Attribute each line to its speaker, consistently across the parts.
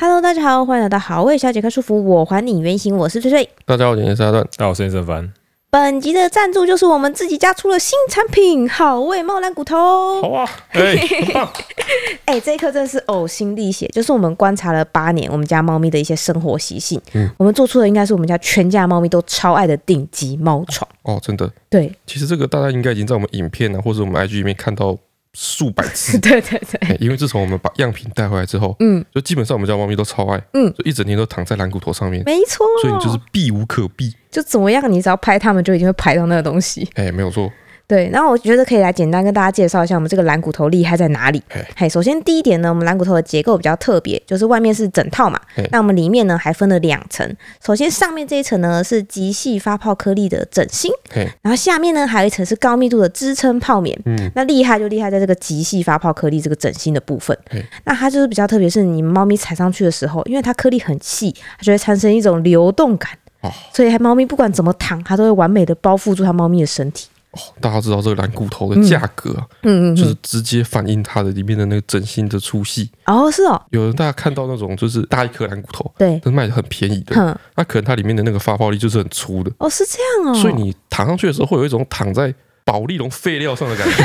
Speaker 1: Hello，大家好，欢迎来到好味小姐开束缚，我还你原形，我是翠翠。
Speaker 2: 大家好，我是阿段。
Speaker 3: 大家好，我是沈凡。
Speaker 1: 本集的赞助就是我们自己家出了新产品——好味冒蓝骨头。
Speaker 3: 好啊，哎、很棒，
Speaker 1: 哎、这一刻真的是呕心沥血，就是我们观察了八年我们家猫咪的一些生活习性，
Speaker 2: 嗯
Speaker 1: 我们做出的应该是我们家全家猫咪都超爱的顶级猫床。
Speaker 2: 哦，真的，
Speaker 1: 对，
Speaker 2: 其实这个大家应该已经在我们影片啊，或者我们 IG 里面看到数百 次。
Speaker 1: 对对对，
Speaker 2: 哎因为自从我们把样品带回来之后，
Speaker 1: 嗯，
Speaker 2: 就基本上我们家猫咪都超爱，
Speaker 1: 嗯
Speaker 2: 就一整天都躺在蓝骨头上面，
Speaker 1: 没错。
Speaker 2: 所以你就是避无可避。
Speaker 1: 就怎么样，你只要拍它们，就一定会拍到那个东西。
Speaker 2: 哎，没有错，
Speaker 1: 对，然后我觉得可以来简单跟大家介绍一下我们这个蓝骨头厉害在哪里
Speaker 2: 嘿。
Speaker 1: 嘿，首先第一点呢，我们蓝骨头的结构比较特别，就是外面是整套嘛
Speaker 2: 嘿，
Speaker 1: 那我们里面呢还分了两层。首先上面这一层呢是极细发泡颗粒的枕芯，
Speaker 2: 嘿，
Speaker 1: 然后下面呢还有一层是高密度的支撑泡棉。
Speaker 2: 嗯，
Speaker 1: 那厉害就厉害在这个极细发泡颗粒这个枕芯的部分
Speaker 2: 嘿。
Speaker 1: 那它就是比较特别，是你猫咪踩上去的时候，因为它颗粒很细，它就会产生一种流动感
Speaker 2: 哦。
Speaker 1: 所以猫咪不管怎么躺，它都会完美的包覆住它猫咪的身体。
Speaker 2: 大家知道这个蓝骨头的价格啊，
Speaker 1: 嗯嗯嗯，
Speaker 2: 就是直接反映它的里面的那个整形的粗细。
Speaker 1: 哦，是哦，
Speaker 2: 有人大家看到那种就是大一颗蓝骨头，
Speaker 1: 对，
Speaker 2: 但是卖的很便宜的，
Speaker 1: 哎哼，
Speaker 2: 那可能它里面的那个发泡力就是很粗的，
Speaker 1: 哦，是这样哦，
Speaker 2: 所以你躺上去的时候会有一种躺在保利龙废料上的感觉。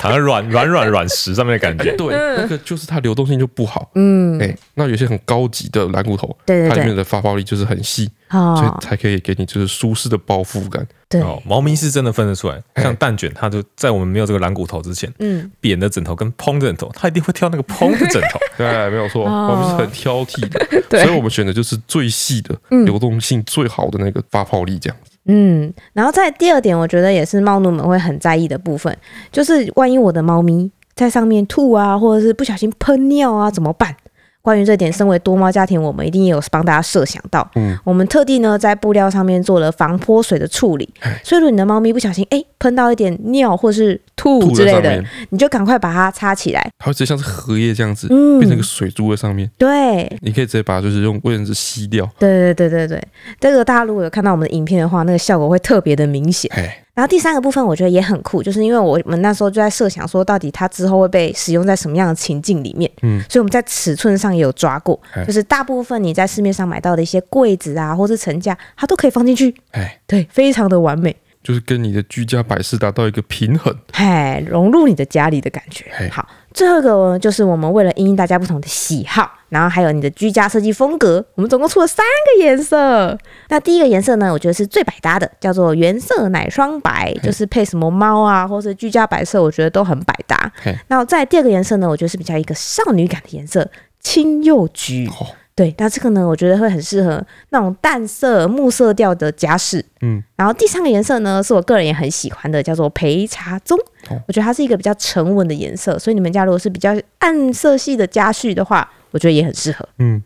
Speaker 3: 躺在软软软软石上面的感 觉，
Speaker 2: 对，那个就是它流动性就不好。
Speaker 1: 嗯，
Speaker 2: 哎、那有些很高级的蓝骨头，
Speaker 1: 对对
Speaker 2: 它里面
Speaker 1: 对，
Speaker 2: 的发泡力就是很细，所
Speaker 1: 哦
Speaker 2: 以，才可以给你就是舒适的包覆感。
Speaker 1: 对，
Speaker 3: 哦，猫咪是真的分得出来。像蛋卷，它就在我们没有这个蓝骨头之前，
Speaker 1: 嗯，
Speaker 3: 扁的枕头跟蓬的枕头，它一定会挑那个蓬的枕头。
Speaker 2: 对，没有错，
Speaker 1: 哦
Speaker 2: 我们是很挑剔的，
Speaker 1: 对
Speaker 2: 所以我们选的就是最细的、
Speaker 1: 嗯
Speaker 2: 流动性最好的那个发泡力，这样。
Speaker 1: 嗯，然后在第二点，我觉得也是猫奴们会很在意的部分，就是万一我的猫咪在上面吐啊，或者是不小心喷尿啊，怎么办？关于这点，身为多猫家庭，我们一定也有帮大家设想到。
Speaker 2: 嗯，
Speaker 1: 我们特地呢在布料上面做了防泼水的处理，
Speaker 2: 哎
Speaker 1: 所以如果你的猫咪不小心哎喷到一点尿或是吐
Speaker 2: 吐
Speaker 1: 之
Speaker 2: 在
Speaker 1: 类
Speaker 2: 上
Speaker 1: 的
Speaker 2: 面，，
Speaker 1: 你就赶快把它擦起来。
Speaker 2: 它会直接像是荷叶这样子、
Speaker 1: 嗯
Speaker 2: 变成一个水珠在上面，
Speaker 1: 对，
Speaker 2: 你可以直接把它就是用卫生纸吸掉。
Speaker 1: 对对对对对，这个大家如果有看到我们的影片的话，那个效果会特别的明显。
Speaker 2: 哎，
Speaker 1: 然后第三个部分我觉得也很酷，就是因为我们那时候就在设想说，到底它之后会被使用在什么样的情境里面。
Speaker 2: 嗯，
Speaker 1: 所以我们在尺寸上也有抓过，
Speaker 2: 哎
Speaker 1: 就是大部分你在市面上买到的一些柜子啊，或是层架，它都可以放进去。
Speaker 2: 哎，
Speaker 1: 对，非常的完美，
Speaker 2: 就是跟你的居家摆饰达到一个平衡。
Speaker 1: 哎，融入你的家里的感觉
Speaker 2: 哎。
Speaker 1: 好，最后一个呢就是我们为了因应大家不同的喜好，然后还有你的居家设计风格，我们总共出了三个颜色。那第一个颜色呢，我觉得是最百搭的，叫做原色奶霜白，就是配什么猫啊，或是居家白色，我觉得都很百搭
Speaker 2: 嘿。
Speaker 1: 那在第二个颜色呢，我觉得是比较一个少女感的颜色。青釉橘，
Speaker 2: 哦，
Speaker 1: 对，那这个呢，我觉得会很适合那种淡色木色调的家饰，
Speaker 2: 嗯，
Speaker 1: 然后第三个颜色呢，是我个人也很喜欢的，叫做焙茶棕。
Speaker 2: 哦
Speaker 1: 我觉得它是一个比较沉稳的颜色，所以你们家如果是比较暗色系的家具的话，我觉得也很适合。
Speaker 2: 嗯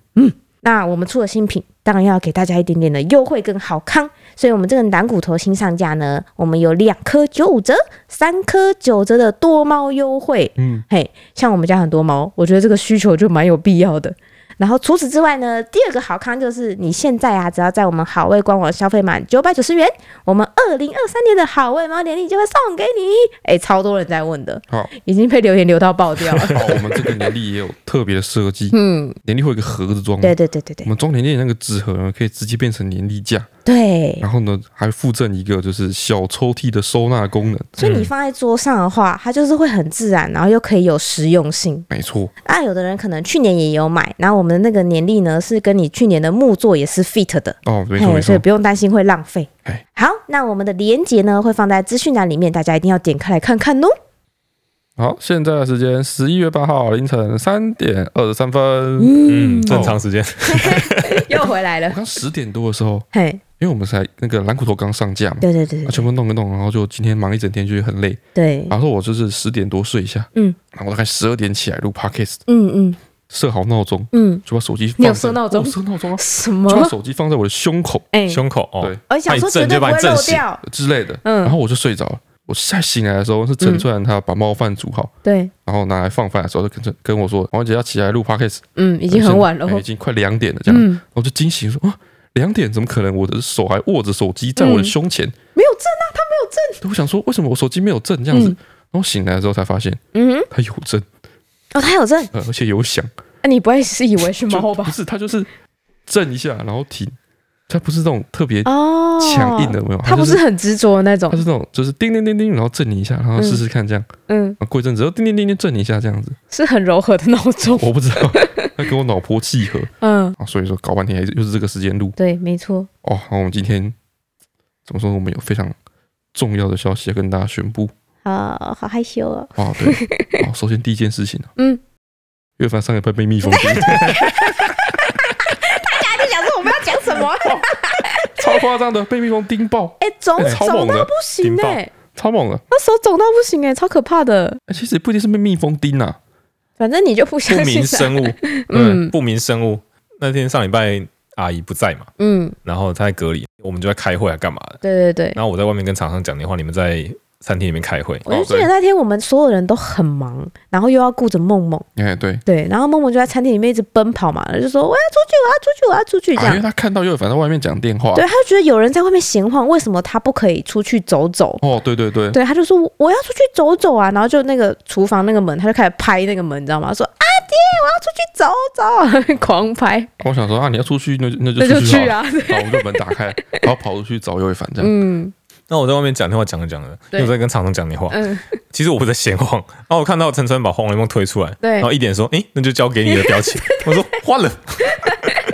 Speaker 1: 那我们出了新品，当然要给大家一点点的优惠跟好康，所以我们这个蓝骨头新上架呢，我们有两颗九五折、三颗九折的多猫优惠。
Speaker 2: 嗯，
Speaker 1: 嘿，像我们家很多猫，我觉得这个需求就蛮有必要的。然后除此之外呢，第二个好康就是你现在啊，只要在我们好味官网消费满九百九十元，我们二零二三年的好味猫年历就会送给你。哎，超多人在问的，
Speaker 2: 好。。
Speaker 1: 已经被留言留到爆掉了
Speaker 2: 哦好，我们这个年历也有特别的设计，
Speaker 1: 嗯，
Speaker 2: 年历会有一个盒子装的
Speaker 1: 对对对对
Speaker 2: 我
Speaker 1: 对
Speaker 2: 们装年历的那个纸盒呢，可以直接变成年历架，
Speaker 1: 对，
Speaker 2: 然后呢还附赠一个就是小抽屉的收纳功能。
Speaker 1: 所以你放在桌上的话，它就是会很自然，然后又可以有实用性。
Speaker 2: 没错，
Speaker 1: 那有的人可能去年也有买，然后我们的那个年历呢是跟你去年的木座也是 fit 的，
Speaker 2: 哦，没错
Speaker 1: 嘿，
Speaker 2: 没
Speaker 1: 哎所以
Speaker 2: 错，
Speaker 1: 不用担心会浪费
Speaker 2: 哎。
Speaker 1: 好，那我们的连接呢会放在资讯栏里面，大家一定要点开来看看哦。
Speaker 2: 好，现在的时间十一月八号凌晨三点二十三分，
Speaker 3: 嗯，正常时 间。
Speaker 1: 哦又回来了
Speaker 2: 我，刚十点多的时候，
Speaker 1: 嘿，
Speaker 2: 因为我们才那个蓝骨头刚上架嘛，
Speaker 1: 对对对
Speaker 2: 啊，全部弄啊一弄，然后就今天忙一整天，就很累，
Speaker 1: 对，
Speaker 2: 然后我就是十点多睡一下，
Speaker 1: 嗯，
Speaker 2: 然后大概十二点起来录 podcast，
Speaker 1: 嗯嗯
Speaker 2: 设好闹钟，
Speaker 1: 嗯，
Speaker 2: 就把手机放
Speaker 1: 你有
Speaker 2: 在
Speaker 1: 设闹钟
Speaker 2: 我有设闹钟啊，
Speaker 1: 哦什
Speaker 2: 就把
Speaker 1: 么？
Speaker 2: 手机放在我的胸口
Speaker 1: 哎，
Speaker 3: 胸口哦
Speaker 2: 对，
Speaker 1: 我想说绝对不会漏掉，
Speaker 2: 之类的，
Speaker 1: 嗯
Speaker 2: 然后我就睡着了。我下醒来的时候是陈川他把猫饭煮好，
Speaker 1: 对，
Speaker 2: 然后拿来放饭的时候就跟陈跟我说：“王姐要起来录 podcast，
Speaker 1: 嗯，已
Speaker 2: 已
Speaker 1: 经很晚了哦，
Speaker 2: 已经快两点了。”哎这样，
Speaker 1: 嗯，
Speaker 2: 我就惊醒说：“啊，两点怎么可能？我的手还握着手机在我的胸前。
Speaker 1: 没有震啊，
Speaker 2: 我想说，为什么我手机没有震这样子？
Speaker 1: 嗯
Speaker 2: 然后醒来的时候才发现
Speaker 1: 嗯哼，
Speaker 2: 它有针，
Speaker 1: 哦，它有震，
Speaker 2: 呃，而且 有响，
Speaker 4: 啊你不会是以为是
Speaker 2: 就
Speaker 4: 猫
Speaker 2: 不
Speaker 4: 吧？
Speaker 2: 是它就是震一下然后停，它不是那种特别
Speaker 4: 哦，
Speaker 2: 强硬的，，有没有，
Speaker 4: 它不
Speaker 2: 就是
Speaker 4: 很执着的那种
Speaker 2: 它。是那种就是叮叮叮叮，然后震你一下，然后试试看这样，
Speaker 4: 嗯，
Speaker 2: 啊，过一阵子又叮叮叮叮震你一下这样子，
Speaker 4: 是很柔和的闹钟。
Speaker 2: 我不知道，它跟我脑波契合
Speaker 4: 嗯，
Speaker 2: 啊，所以说搞半天还是又是这个时间录
Speaker 1: 对，没错，
Speaker 2: 哦。好，我们今天怎么说呢？我们有非常重要的消息要跟大家宣布
Speaker 1: 啊、好害羞哦。
Speaker 2: 啊， 对，好，首先第一件事情啊，
Speaker 4: 嗯，
Speaker 2: 月凡上个礼拜被蜜蜂 叮，
Speaker 1: 他就想说我们要 讲什么？
Speaker 2: 超夸张的，被蜜蜂叮爆，
Speaker 4: 哎，肿
Speaker 2: 哎超
Speaker 4: 肿
Speaker 2: 猛
Speaker 4: 到
Speaker 2: 的
Speaker 4: 不行
Speaker 3: 顶爆
Speaker 4: 哎，
Speaker 2: 超猛的。
Speaker 4: 那手肿到不行哎，超可怕的。
Speaker 2: 哎其实也不一定是被蜜蜂叮啊，
Speaker 4: 反正你就不
Speaker 3: 不
Speaker 4: 相信
Speaker 3: 明
Speaker 4: 它。
Speaker 3: 生物，
Speaker 4: 嗯
Speaker 3: 不明生物。那天上礼拜阿姨不在嘛，
Speaker 4: 嗯，
Speaker 3: 然后她在隔离，我们就在开会啊，干嘛的？
Speaker 4: 对对对，
Speaker 3: 然后我在外面跟厂商讲电话，你们在餐厅里面开会。
Speaker 1: 我就
Speaker 2: 哦
Speaker 1: 记得
Speaker 2: 对
Speaker 1: 那天我们所有人都很忙，然后又要顾着梦梦，
Speaker 2: 哎，对，
Speaker 1: 对，然后梦梦就在餐厅里面一直奔跑嘛，就说我要出去，我要出去，我要出去这
Speaker 2: 啊，因为
Speaker 1: 样。
Speaker 2: 他看到月凡在外面讲电话，
Speaker 1: 对，他就觉得有人在外面闲晃，为什么他不可以出去走走？
Speaker 2: 哦，对对对，
Speaker 1: 对，他就说我我要出去走走啊，然后就那个厨房那个门，他就开始拍那个门，你知道吗？说阿爹，我要出去走走， 狂拍，
Speaker 2: 我想说啊，你要出去那就那
Speaker 4: 那就
Speaker 2: 就出
Speaker 4: 去
Speaker 2: 去好了，
Speaker 4: 啊。
Speaker 2: 好，我们就把门打 开，然后跑出去找岳凡这样。
Speaker 4: 嗯
Speaker 3: 那我在外面讲电话，讲着讲着，因
Speaker 4: 对
Speaker 3: 为我在跟厂商讲电话，
Speaker 4: 嗯，
Speaker 3: 其实我在闲晃，然后我看到陈川把《荒龙梦》推出来，
Speaker 4: 对
Speaker 3: 然后一点说：“诶，那就交给你的 表情。”我说：“换了。” 然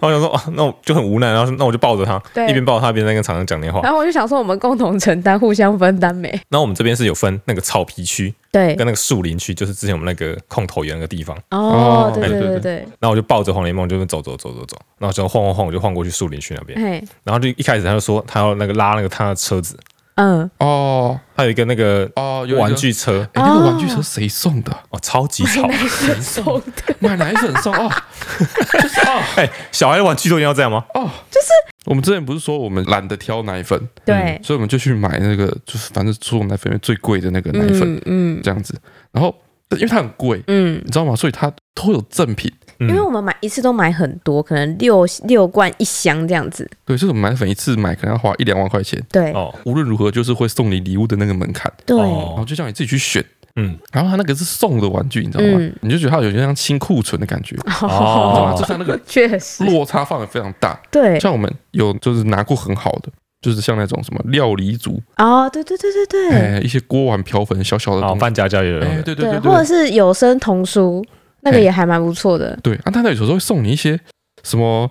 Speaker 3: 后我想说：“啊，那我就很无奈。”然后那我就抱着他，
Speaker 4: 对
Speaker 3: 一边抱着他，一边在跟厂商讲 电话。
Speaker 4: 然后我就想说，我们共同承担，互相分担没？
Speaker 3: 然后我们这边是有分那个草皮区
Speaker 1: 对，
Speaker 3: 跟那个树林区，就是之前我们那个空投园那个地方。
Speaker 4: 哦
Speaker 2: 哦，
Speaker 4: 对对
Speaker 2: 哎
Speaker 4: 对
Speaker 2: 对
Speaker 4: 对，
Speaker 3: 然后我就抱着黄连梦就走走走走走，然后就晃晃晃，我就晃过去树林区那
Speaker 1: 嗯
Speaker 3: 边。
Speaker 4: 嘿，
Speaker 3: 然后就一开始他就说他要那个拉那个他的车子，
Speaker 4: 嗯，
Speaker 2: 哦
Speaker 3: 他有一个那个
Speaker 2: 哦，有一个
Speaker 3: 玩，具车
Speaker 2: 哎，
Speaker 4: 哦
Speaker 2: 那个玩具车谁送的？
Speaker 3: 哦，超级 吵。
Speaker 4: 手的，
Speaker 2: 买哪一次很送哦？就是哦
Speaker 3: 哎，小孩的玩具都一定要这样吗？
Speaker 2: 哦，
Speaker 4: 就是
Speaker 2: 我们之前不是说我们懒得挑奶粉，
Speaker 4: 对，
Speaker 2: 所以我们就去买那个就是反正所有奶粉里面最贵的那个奶粉
Speaker 4: 嗯嗯
Speaker 2: 这样子，然后呃因为它很贵，
Speaker 4: 嗯，
Speaker 2: 你知道吗？所以它都有赠品。
Speaker 3: 嗯
Speaker 1: 因为我们买一次都买很多，可能六六罐一箱这样子，
Speaker 2: 对，就是我们奶粉一次买可能要花一两万块钱，
Speaker 1: 对、
Speaker 3: 哦，
Speaker 2: 无论如何就是会送你礼物的那个门槛，
Speaker 1: 对。
Speaker 2: 然
Speaker 3: 哦
Speaker 2: 后就叫你自己去选。
Speaker 3: 嗯，
Speaker 2: 然后它那个是送的玩具，你知道吗？
Speaker 1: 嗯
Speaker 2: 你就觉得它有点像清库存的感觉，你知道吗？
Speaker 3: 哦
Speaker 2: 就，像那个
Speaker 4: 确实，
Speaker 2: 落差放的非常大。
Speaker 1: 对，
Speaker 2: 像我们有就是拿过很好的，就是像那种什么料理组，
Speaker 1: 哦，对对对对对，
Speaker 2: 哎，一些锅碗瓢盆小小的
Speaker 3: 好，
Speaker 2: 东西，
Speaker 3: 哦范家家有
Speaker 2: 哎，
Speaker 3: 人
Speaker 2: 对对哎
Speaker 1: 对，
Speaker 2: 对
Speaker 1: 或者
Speaker 2: 对
Speaker 1: 是有声童书，那个也还蛮不错的。
Speaker 2: 对，啊，他那有时候会送你一些什么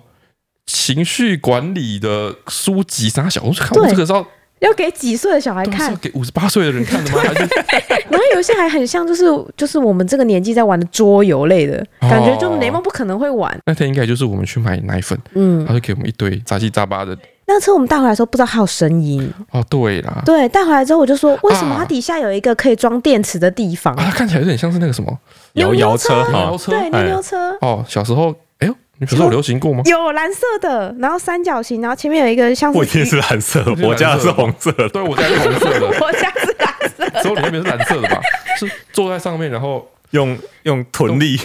Speaker 2: 情绪管理的书籍啥小，我就看
Speaker 1: 对
Speaker 2: 我这个是要
Speaker 4: 要给几岁的小孩
Speaker 2: 到底是
Speaker 4: 看
Speaker 2: 要，给五十八岁的人看的吗？还是
Speaker 1: 然后有些还很像，就是就是我们这个年纪在玩的桌游类的，
Speaker 2: 哦
Speaker 1: 感觉就雷梦不可能会玩。
Speaker 2: 那天应该就是我们去买奶粉，
Speaker 1: 嗯，
Speaker 2: 他就给我们一堆杂七杂八的。
Speaker 1: 那次我们带回来的时候不知道还有声音，
Speaker 2: 哦，对啦，啊，
Speaker 1: 对，带回来之后我就说，为什么
Speaker 2: 啊
Speaker 1: 它底下有一个可以装电池的地方？
Speaker 2: 它啊看起来有点像是那个什么
Speaker 3: 摇摇车
Speaker 2: 摇
Speaker 3: 啊
Speaker 2: 摇，车
Speaker 1: 对，牛
Speaker 3: 哎
Speaker 1: 牛车。
Speaker 2: 哦，小时候，哎呦，你小时候有流行过吗？
Speaker 1: 有蓝色的，然后三角形，然后前面有一个像是
Speaker 3: 我天是蓝色的，
Speaker 2: 我
Speaker 3: 我
Speaker 2: 家
Speaker 3: 家
Speaker 2: 的
Speaker 3: 的是
Speaker 2: 是
Speaker 3: 红
Speaker 2: 红
Speaker 3: 色的。
Speaker 2: 对，我家是红色的，
Speaker 1: 我家是蓝色，
Speaker 2: 只有你那边是蓝色的吧？是坐在上面，然后
Speaker 3: 用用臀力，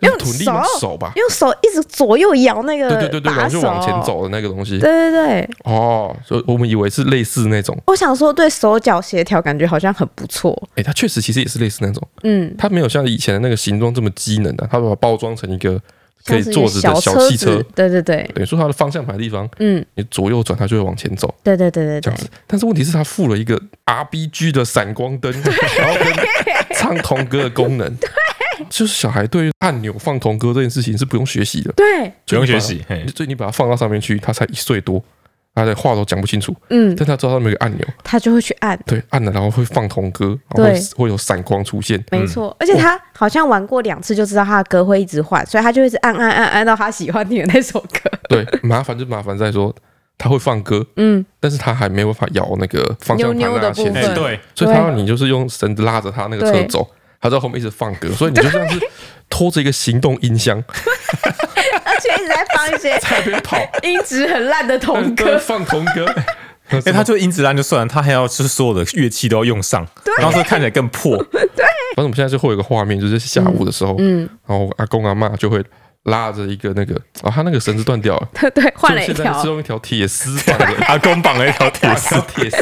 Speaker 1: 用
Speaker 2: 臀力用
Speaker 1: 手
Speaker 2: 手吧？
Speaker 1: 用手一直左右摇那个
Speaker 2: 对对对对，然
Speaker 1: 把
Speaker 2: 后
Speaker 1: 手，
Speaker 2: 就往前。走的那个东西
Speaker 1: 对。对对，
Speaker 2: 哦，所以我们以为是类似那种，
Speaker 1: 我想说对手脚协调感觉好像很不错。
Speaker 2: 哎，它确实其实也是类似那种，
Speaker 1: 嗯，
Speaker 2: 它没有像以前的那个形状这么机能啊的、它把它包装成一个可
Speaker 1: 像
Speaker 2: 以
Speaker 1: 是一个
Speaker 2: 坐着的
Speaker 1: 小
Speaker 2: 小汽
Speaker 1: 车
Speaker 2: 车
Speaker 1: 子。，对对对，
Speaker 2: 等于说它的方向盘的地方，
Speaker 1: 嗯，
Speaker 2: 你左右转它就会往前走
Speaker 1: 对对对对
Speaker 2: 这
Speaker 1: 对
Speaker 2: 样，子。但是问题是它附了一个 RBG 的闪光灯，然后跟唱童歌的功能。就是小孩对于按钮放童歌这件事情是不用学习的，
Speaker 1: 对，
Speaker 3: 不用学习。嘿
Speaker 2: 你，所以你把它放到上面去，他才一岁多，他的话都讲不清楚，
Speaker 1: 嗯，
Speaker 2: 但他知道上面有个按钮，
Speaker 1: 他就会去按，
Speaker 2: 对，按了然后会放童歌，然后
Speaker 1: 对
Speaker 2: 会会有闪光出现，
Speaker 1: 没错。而且他好像玩过两次就知道他的歌会一直换，所以他就一直按按按按到他喜欢听的那首歌。
Speaker 2: 对， 麻烦就麻烦在说他会放歌，
Speaker 1: 嗯，
Speaker 2: 但是他还没有办法摇那个方向
Speaker 4: 妞妞
Speaker 2: 盘
Speaker 4: 的
Speaker 2: 啊
Speaker 4: 部
Speaker 2: 前
Speaker 4: 分
Speaker 2: 进
Speaker 3: 哎，对，
Speaker 2: 所以他让你就是用绳子拉着他那个
Speaker 1: 对
Speaker 2: 车走，他在后面一直放歌，所以你就像是拖着一个行动音 箱
Speaker 4: 而且一直在放一些
Speaker 2: 在那边跑，
Speaker 4: 音质很烂的童
Speaker 2: 在那边
Speaker 4: 歌，
Speaker 2: 放童 歌，
Speaker 3: 哎，他就音质烂就算了，他还要就是所有的乐器都要用上，然后说看起来更破。
Speaker 2: 反正我们现在就会有一个画面，就是下午的时候，
Speaker 1: 嗯
Speaker 2: 然后阿公阿妈就会拉着一个那个啊，他那个绳子断掉了，
Speaker 1: 对， 换了一
Speaker 2: 就现在
Speaker 1: 条
Speaker 2: 是。用一条铁丝 绑着，
Speaker 3: 阿公绑了一条铁丝，
Speaker 2: 铁丝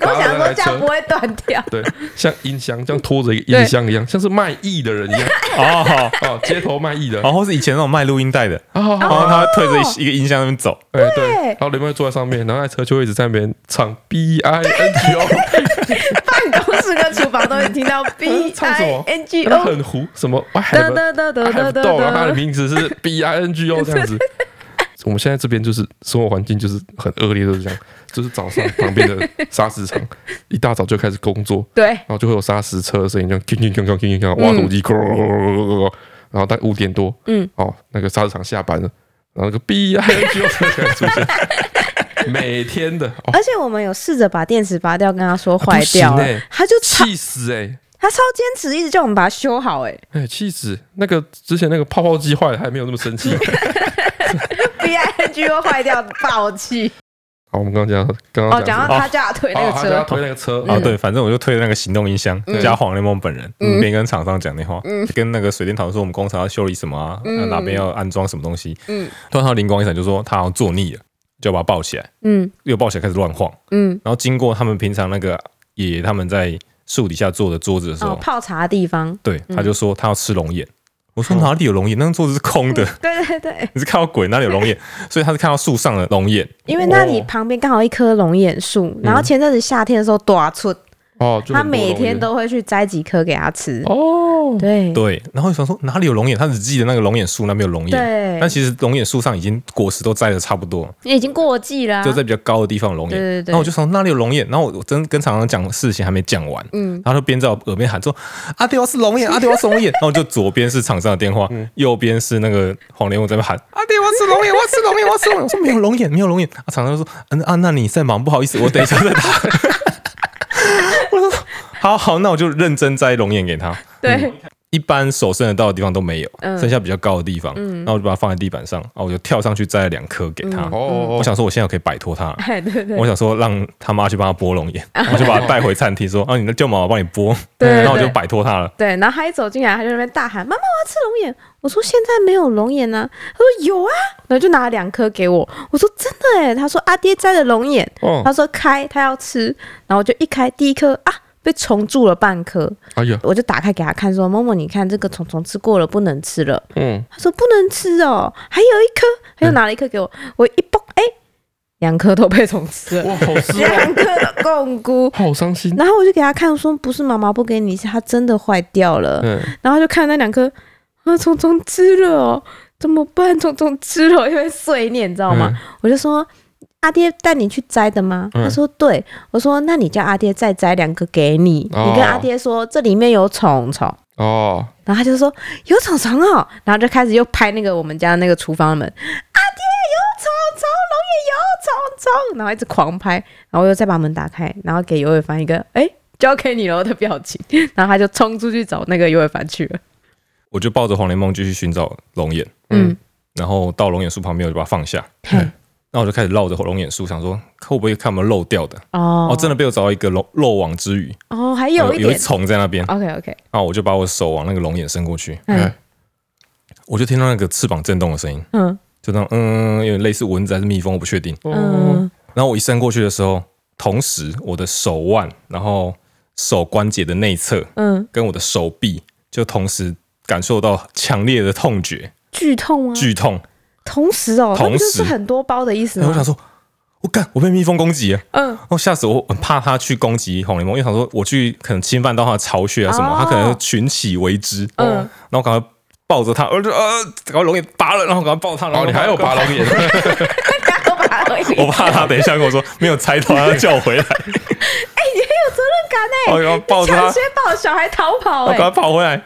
Speaker 1: 我
Speaker 2: 拉
Speaker 1: 想
Speaker 2: 着
Speaker 1: 说
Speaker 2: 来
Speaker 1: 这样不
Speaker 2: 车，
Speaker 1: 会断掉，
Speaker 2: 对，像音箱这样拖着一个音箱一样，像是卖艺的人一样
Speaker 3: 哦，好
Speaker 2: 哦，街头卖艺的，
Speaker 3: 然后是以前那种卖录音带的，
Speaker 2: 啊，好
Speaker 1: 哦
Speaker 3: 然
Speaker 2: 好，
Speaker 3: 后他会推着一个音箱那边走，
Speaker 2: 哎对，然后雷梦就坐在上面，然后那台车就会一直在那边唱 B I N G O，
Speaker 1: 办公室跟厨房都会听 到 B
Speaker 2: 哎唱什
Speaker 1: I
Speaker 2: 么
Speaker 1: N G
Speaker 2: 那
Speaker 1: O，
Speaker 2: 很糊，什么 I
Speaker 1: 得
Speaker 2: have a-
Speaker 1: 得得得
Speaker 2: I
Speaker 1: 得
Speaker 2: have
Speaker 1: 得
Speaker 2: dog，然后他的
Speaker 1: 得，
Speaker 2: 名 字是 B I N G O 这样子。我们现在这边就是生活环境就是很恶劣，就是这样，就是早上旁边的砂石场， 一大早就开始工作，
Speaker 1: 对，
Speaker 2: 然后就会有砂石车的声音，就叮叮叮叮叮叮，挖土机，然后大概五点多，
Speaker 1: 嗯，
Speaker 2: 哦，那个砂石场下班了，然后那个 B I N G O 车开始出现， 每天的，哦，
Speaker 1: 而且我们有试着把电池拔掉，跟他说坏
Speaker 2: 不行
Speaker 1: 掉了，
Speaker 2: 欸
Speaker 1: 他就超
Speaker 2: 气死哎、
Speaker 1: 他超坚持，一直叫我们把它修好、欸，
Speaker 2: 哎，气死！那个之前那个泡泡机坏了，还没有那么 生气。
Speaker 1: 哎，B I N G O 坏掉，爆气。
Speaker 2: 好，我们刚刚讲到，刚
Speaker 1: 哦，
Speaker 2: 刚
Speaker 1: 讲
Speaker 2: 讲哦
Speaker 1: 到他叫他推那个
Speaker 2: 他就要
Speaker 1: 车，
Speaker 2: 推那个车，
Speaker 3: 啊，对，反正我就推着那个行动音箱
Speaker 2: 嗯，
Speaker 3: 加黄雷梦本人，嗯边跟厂商讲电话，跟那个水电讨论说我们工厂要修理什么啊，
Speaker 1: 嗯
Speaker 3: 呃哪边要安装什么东西。
Speaker 1: 嗯
Speaker 3: 突然他灵光一闪，就说他好像坐腻了，就要把他抱起来，
Speaker 1: 嗯
Speaker 3: 又抱起来开始乱晃。
Speaker 1: 嗯，
Speaker 3: 然后经过他们平常那个爷爷他们在树底下坐的桌子的时
Speaker 1: 哦，嗯
Speaker 3: 候，
Speaker 1: 泡茶的地 方，
Speaker 3: 对，他就说他要吃龙眼。我
Speaker 1: 哦
Speaker 3: 说哪里有龙眼？那张桌子是空的，
Speaker 1: 对对对，
Speaker 3: 你是看到鬼哪里有龙眼？所以他是看到树上的龙眼，
Speaker 1: 因为那里旁边刚好一棵龙眼树，然后前阵子夏天的时候多出，
Speaker 2: 哦，就
Speaker 1: 他
Speaker 2: 很多
Speaker 1: 每
Speaker 2: 龙
Speaker 1: 天
Speaker 2: 眼
Speaker 1: 都会去摘几颗给他吃，
Speaker 2: 哦，
Speaker 1: 对
Speaker 3: 对。然后我想说哪里有龙眼？他只记得那个龙眼树那边有龙眼，
Speaker 1: 对
Speaker 3: 但，其实龙眼树上已经果实都摘的差不多了。
Speaker 1: 也已经过季啊啦，
Speaker 3: 就在比较高的地方有龙
Speaker 1: 对
Speaker 3: 眼。
Speaker 1: 对对，
Speaker 3: 然后我就从那里有龙眼，然后我真跟厂长讲的事情还没讲完，
Speaker 1: 嗯
Speaker 3: 然后就边在我耳边喊说：“阿丢是龙眼，阿丢是龙眼。”然后就左边是厂商的电话，右边是那个黄连我在那边喊：“嗯阿丢是龙眼，我要吃龙眼，我要吃龙眼。”我说：“没有龙眼，没有龙眼。”啊，厂商就说：“嗯啊，那你在忙，不好意思，我等一下再打。” 我说：“好好，那我就认真摘龙眼给他。”
Speaker 1: 对，
Speaker 3: 一般手伸得到的地方都没有，
Speaker 1: 嗯
Speaker 3: 剩下比较高的地方，然后我就把它放在地板上，然后我就跳上去摘了两颗给
Speaker 1: 嗯
Speaker 3: 他。
Speaker 2: 哦
Speaker 3: 我，想说，我现在可以摆脱他了，
Speaker 1: 哎对对
Speaker 3: 我想说让他妈去帮他剥龙眼， 我就把他带回餐厅说：“啊，你的舅妈我帮你剥。”
Speaker 1: 对
Speaker 3: 然后我
Speaker 1: 对
Speaker 3: 就摆脱他了。
Speaker 1: 对，然后他一走进来，他就在那边大喊：“妈妈，我要吃龙眼！”我说：“现在没有龙眼呢、啊。”他说：“有啊。”然后就拿了两颗给我。我说：“真的哎。”他说：“阿爹摘的龙眼。”
Speaker 2: 哦
Speaker 1: 他说：“开，他要吃。”然后我就一开第一颗啊，被虫蛀了半颗，
Speaker 2: 哎呀，
Speaker 1: 我就打开给他看，说：“默默，你看这个虫虫吃过了，不能吃了。
Speaker 2: 嗯”，
Speaker 1: 他说：“不能吃哦，还有一颗。”他
Speaker 3: 嗯
Speaker 1: 又拿了一颗给我，我一蹦，哎，两颗都被虫吃了，
Speaker 2: 哇，好失 望，
Speaker 1: 两颗的共菇。
Speaker 2: 好伤心。
Speaker 1: 然后我就给他看，说：“不是妈妈不给你，是它真的坏掉了。”
Speaker 2: 嗯，
Speaker 1: 然后就看那两颗啊，虫虫吃了哦，怎么办？虫虫吃了，因为碎念，你知道吗？
Speaker 2: 哎
Speaker 1: 我就说阿爹带你去摘的吗？
Speaker 2: 嗯
Speaker 1: 他说对。我说那你叫阿爹再摘两个给你，
Speaker 2: 哦
Speaker 1: 你跟阿爹说这里面有虫虫。
Speaker 2: 哦，
Speaker 1: 然后他就说有虫虫哦，然后就开始又拍那个我们家那个厨房的门，阿爹有虫虫，龙也有虫虫，然后一直狂拍，然后又再把门打开，然后给尤伟凡一个哎。交给你了的表情，然后他就冲出去找那个尤伟凡去了。
Speaker 3: 我就抱着黄连梦继续寻找龙眼，
Speaker 1: 嗯，
Speaker 3: 然后到龙眼树旁边我就把它放下，
Speaker 1: 嘿
Speaker 3: 那我就开始绕着龙眼树想说会不会看有没有漏掉的。
Speaker 1: 哦
Speaker 3: 哦，真的被我找到一个漏漏网之鱼，
Speaker 1: 哦，还有
Speaker 3: 有
Speaker 1: 一
Speaker 3: 有一
Speaker 1: 点
Speaker 3: 虫在那边，
Speaker 1: ，OK OK，
Speaker 3: 然后我就把我手往那个龙眼伸过去，
Speaker 1: 嗯
Speaker 2: 哎
Speaker 3: 我就听到那个翅膀震动的声音，
Speaker 1: 嗯
Speaker 3: 就那种嗯，有点类似蚊子还是蜜蜂，我不确定。
Speaker 2: 哦，
Speaker 1: 嗯，
Speaker 3: 然后我一伸过去的时候，同时我的手腕，然后手关节的内侧
Speaker 1: 嗯，
Speaker 3: 跟我的手臂，就同时感受到强烈的痛觉，
Speaker 1: 剧痛吗？
Speaker 3: 剧痛。
Speaker 1: 同时哦，那
Speaker 3: 同
Speaker 1: 不
Speaker 3: 时
Speaker 1: 就是很多包的意思
Speaker 3: 然后我
Speaker 1: 吗
Speaker 3: 想？说，我干，我被蜜蜂攻击了。
Speaker 1: 嗯，
Speaker 3: 哦，吓死 我！我很怕它去攻击红雷蒙，因为想说我去可能侵犯到它的巢穴啊什么，
Speaker 1: 哦
Speaker 3: 它可能群起为之。
Speaker 1: 嗯
Speaker 3: 嗯，然后赶快抱着它，我就呃，赶快龙眼拔了，然后赶快抱它。然
Speaker 2: 哦，
Speaker 3: 后
Speaker 2: 你还有拔龙眼？
Speaker 1: 都把它回
Speaker 3: 我怕他等一下跟我说没有拆头，他要叫 我回来。哎、
Speaker 2: 哦
Speaker 3: 你很有责任感哎、我要抱着他
Speaker 1: 抢，先抱小孩逃跑，
Speaker 3: 我赶快
Speaker 1: 哎，
Speaker 3: 跑回来。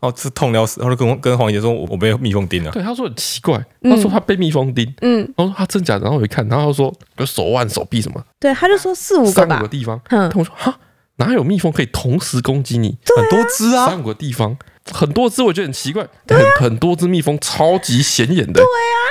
Speaker 3: 哦，这痛得要死！然后就跟我跟黄姐说，我我被蜜蜂叮了。
Speaker 2: 对，他说很奇怪，他说他被蜜蜂叮，
Speaker 1: 嗯，
Speaker 2: 然后他真假的，然后我一看，然后他说有手腕、手臂什么
Speaker 1: 对，他就说四五个
Speaker 2: 三五
Speaker 1: 吧
Speaker 2: 个，地方，
Speaker 1: 嗯
Speaker 2: 然后我说哈，哪有蜜蜂可以同时攻击你？
Speaker 3: 很多只啊，
Speaker 2: 三五个地方，很多只我觉得很奇怪，
Speaker 1: 啊
Speaker 2: 很很多只蜜蜂超级显眼的，对啊，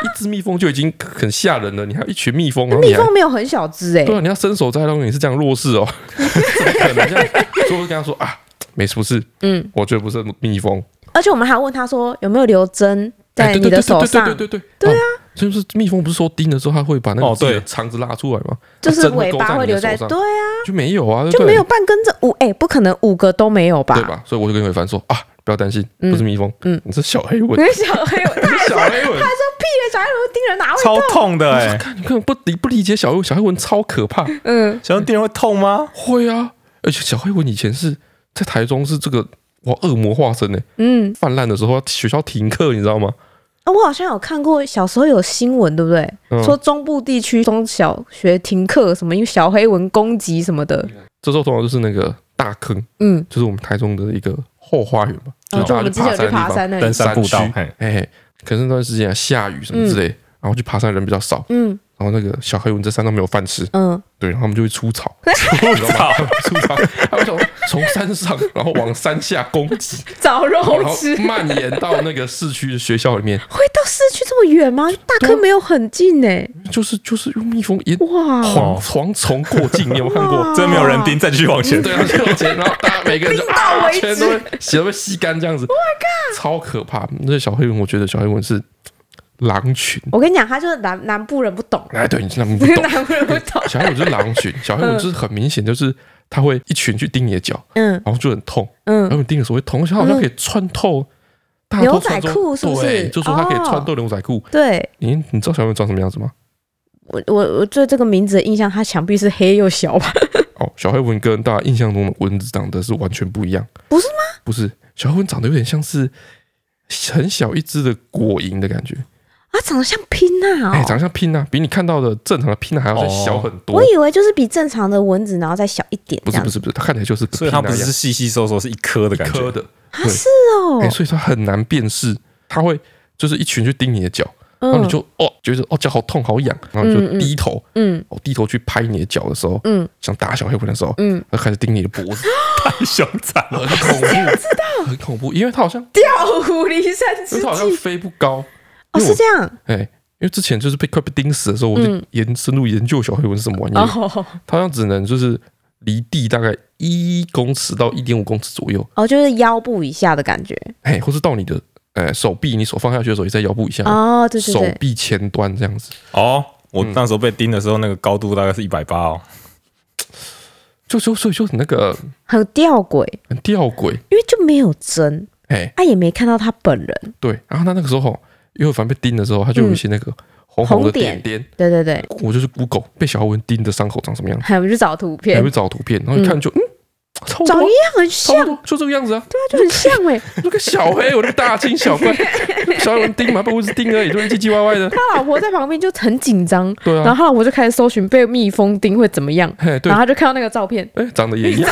Speaker 2: 一只蜜蜂就已经很吓人了，你还有一群蜜蜂，然后
Speaker 1: 蜜
Speaker 2: 你还
Speaker 1: 蜂没有很小只，哎
Speaker 2: 对，啊，你要伸手摘龙眼是这样弱势哦， 怎么可能 这样？所以我就跟他说啊，没事，不是，
Speaker 1: 嗯，
Speaker 2: 我觉得不是蜜蜂，
Speaker 1: 而且我们还问他说有没有留针，在
Speaker 2: 哎对
Speaker 1: 你的
Speaker 2: 对对
Speaker 1: 手上
Speaker 2: 对对对对对对啊！就是蜜蜂不是说叮的时候，它会把那个
Speaker 3: 哦
Speaker 2: 自己的
Speaker 3: 对
Speaker 2: 肠子拉出来吗？
Speaker 1: 就是
Speaker 2: 针
Speaker 1: 尾
Speaker 2: 勾
Speaker 1: 巴会
Speaker 2: 你的
Speaker 1: 留
Speaker 2: 手
Speaker 1: 在，
Speaker 2: 上
Speaker 1: 对啊，
Speaker 2: 就没有啊，对
Speaker 1: 就
Speaker 2: 不对
Speaker 1: 没有半根针五，哎、不可能五个都没有吧？
Speaker 2: 对吧？所以我就跟伟凡说啊，不要担心，不是蜜蜂，
Speaker 1: 嗯
Speaker 2: 你是小黑蚊
Speaker 1: 因，为小黑，他还
Speaker 2: 小
Speaker 1: 说
Speaker 2: 黑蚊，
Speaker 1: 哎屁耶，小黑蚊叮人哪会？
Speaker 3: 超痛的哎、
Speaker 2: 看你根本不理不理解小黑蚊，小黑蚊超可怕，
Speaker 1: 嗯，
Speaker 3: 想想电人会痛吗？
Speaker 2: 会啊！而且小黑蚊以前是在台中是这个哇恶魔化身呢、
Speaker 1: 嗯，
Speaker 2: 泛滥的时候学校停课，你知道吗？
Speaker 1: 啊我好像有看过小时候有新闻，对不对？
Speaker 2: 嗯
Speaker 1: 说中部地区中小学停课，什么因为小黑蚊攻击什么的，
Speaker 2: 这时候通常就是那个大坑，
Speaker 1: 嗯，
Speaker 2: 就是我们台中的一个后花园嘛，
Speaker 1: 然后嗯
Speaker 2: 是
Speaker 1: 哦就
Speaker 2: 大
Speaker 1: 我们之前
Speaker 2: 家
Speaker 1: 有
Speaker 2: 去
Speaker 1: 去
Speaker 2: 爬
Speaker 1: 爬
Speaker 2: 山的地
Speaker 1: 山那
Speaker 3: 登
Speaker 1: 里，
Speaker 3: 山步道
Speaker 2: 山区，
Speaker 3: 嘿，
Speaker 2: 方，哎，可是那段时间啊下雨什么之类，然后去爬山的人比较少，
Speaker 1: 嗯
Speaker 2: 然后那个小黑蚊在山上没有饭吃，
Speaker 1: 嗯，
Speaker 2: 对，然后他们就会 出草，
Speaker 3: 我操！
Speaker 2: 出草，他们从从山上然后往山下攻击，
Speaker 1: 找肉
Speaker 2: 然后
Speaker 1: 吃，
Speaker 2: 蔓延到那个市区的学校里面，
Speaker 1: 会到市区这么远吗？大坑没有很近呢、
Speaker 2: 就是就是用蜜蜂一
Speaker 1: 哇，
Speaker 2: 蝗蝗虫过境，你有没有看过？
Speaker 3: 真没有人盯，再继续往 前。
Speaker 2: 对啊，就前，然后大家每个人就啊，
Speaker 1: 为止，Oh
Speaker 2: 全都会血都被吸干这样子。 超可怕！那小黑蚊，我觉得小黑蚊是狼群。
Speaker 1: 我跟你讲，他就是南南部人不 懂，
Speaker 2: 哎，对，你真的不懂。
Speaker 1: 南部人不懂，
Speaker 2: 小黑蚊就是狼群，小黑蚊就是很明显，就是它会一群去叮你的脚，
Speaker 1: 嗯
Speaker 2: 然后就很痛，然
Speaker 1: 嗯，
Speaker 2: 后你叮的时候会痛，而且它好像可以穿透大家都穿透
Speaker 1: 牛仔裤是不是
Speaker 2: 对就说它可以
Speaker 1: 哦
Speaker 2: 穿透牛仔裤。
Speaker 1: 对
Speaker 2: 你你知道小黑蚊长什么样子吗？
Speaker 1: 我我我对这个名字的印象，他想必是黑又小吧？
Speaker 2: 哦，小黑蚊跟大家印象中的蚊子长得是完全不一样，
Speaker 1: 不是
Speaker 2: 吗？不是，小黑蚊长得有点像是很小一只的果蝇的感觉，
Speaker 1: 啊，长得像拼娜
Speaker 2: 哎、
Speaker 1: 哦。
Speaker 2: 长得像拼娜，比你看到的正常的拼娜啊还要再
Speaker 3: 哦
Speaker 2: 小很多。
Speaker 1: 我以为就是比正常的蚊子，然后再小一点这
Speaker 2: 不是
Speaker 1: 样
Speaker 2: 不
Speaker 1: 子。
Speaker 2: 是不是，它看起来就是
Speaker 3: 所
Speaker 2: 跟拼
Speaker 3: 以它
Speaker 2: 娜
Speaker 3: 不
Speaker 2: 一样
Speaker 3: 是细细瘦瘦，是一颗的感觉
Speaker 2: 颗。 的，
Speaker 1: 啊，
Speaker 2: 对
Speaker 1: 是哦
Speaker 2: 哎、，所以它很难辨识，它会就是一群去叮你的脚，然后你就、哦觉得哦脚好痛好痒，然后你就低头，
Speaker 1: 嗯
Speaker 2: 哦低头去拍你的脚的时候，
Speaker 1: 嗯
Speaker 2: 想打小黑蚊的时候，
Speaker 1: 嗯，
Speaker 2: 它开始叮你的脖 子，
Speaker 3: 太凶残了，
Speaker 2: 很恐怖，很恐怖，因为它好像。
Speaker 1: 调虎离山
Speaker 2: 可是它好像飞不高
Speaker 1: 哦，是这
Speaker 2: 样。
Speaker 1: 样
Speaker 2: 哎、因为之前就是被快被叮死的时候，我就
Speaker 1: 嗯
Speaker 2: 研、深入研究小黑蚊是什么玩意儿，
Speaker 1: 哦
Speaker 2: 它好像只能就是离地大概一公尺到一点五公尺左右，
Speaker 1: 哦，就是腰部以下的感觉
Speaker 2: 哎、或是到你的呃手臂，你手放下去的时候也在腰部以下，
Speaker 1: 哦，对对
Speaker 2: 手
Speaker 1: 对，
Speaker 2: 臂前端这样子，
Speaker 3: 哦。我
Speaker 2: 嗯
Speaker 3: 那时候被叮的时候，那个高度大概是一百八哦。
Speaker 2: 就就所以就很那个
Speaker 1: 很吊诡，
Speaker 2: 很吊诡，
Speaker 1: 因为就没有针，
Speaker 2: 哎、
Speaker 1: 啊也没看到他本人，
Speaker 2: 对，然后他那个时候吼，因为反正被叮的时候，他就有一些那个红红的
Speaker 1: 红点
Speaker 2: 点点，
Speaker 1: 对对对，
Speaker 2: 我就是 Google 被小黑蚊叮的伤口长什么 样，
Speaker 1: 还有去找图
Speaker 2: 还
Speaker 1: 片
Speaker 2: 会，找图片，然后一看就嗯，差不
Speaker 1: 长一
Speaker 2: 多，
Speaker 1: 样很
Speaker 2: 差不
Speaker 1: 像，
Speaker 2: 多就这个样子啊，
Speaker 1: 对啊，就很像哎，
Speaker 2: 那个小黑，我那个大惊小怪，小黑蚊叮嘛，被蚊子叮而已，就唧唧歪歪的。
Speaker 1: 他老婆在旁边就很紧 张，
Speaker 3: 嗯
Speaker 2: 对
Speaker 1: 然后
Speaker 2: 啊，
Speaker 1: 他老婆就开始搜寻被蜜蜂叮会怎么样，
Speaker 2: 嘿，对
Speaker 1: 然，后他就看到那个照 片，
Speaker 2: 哎，长得也一样，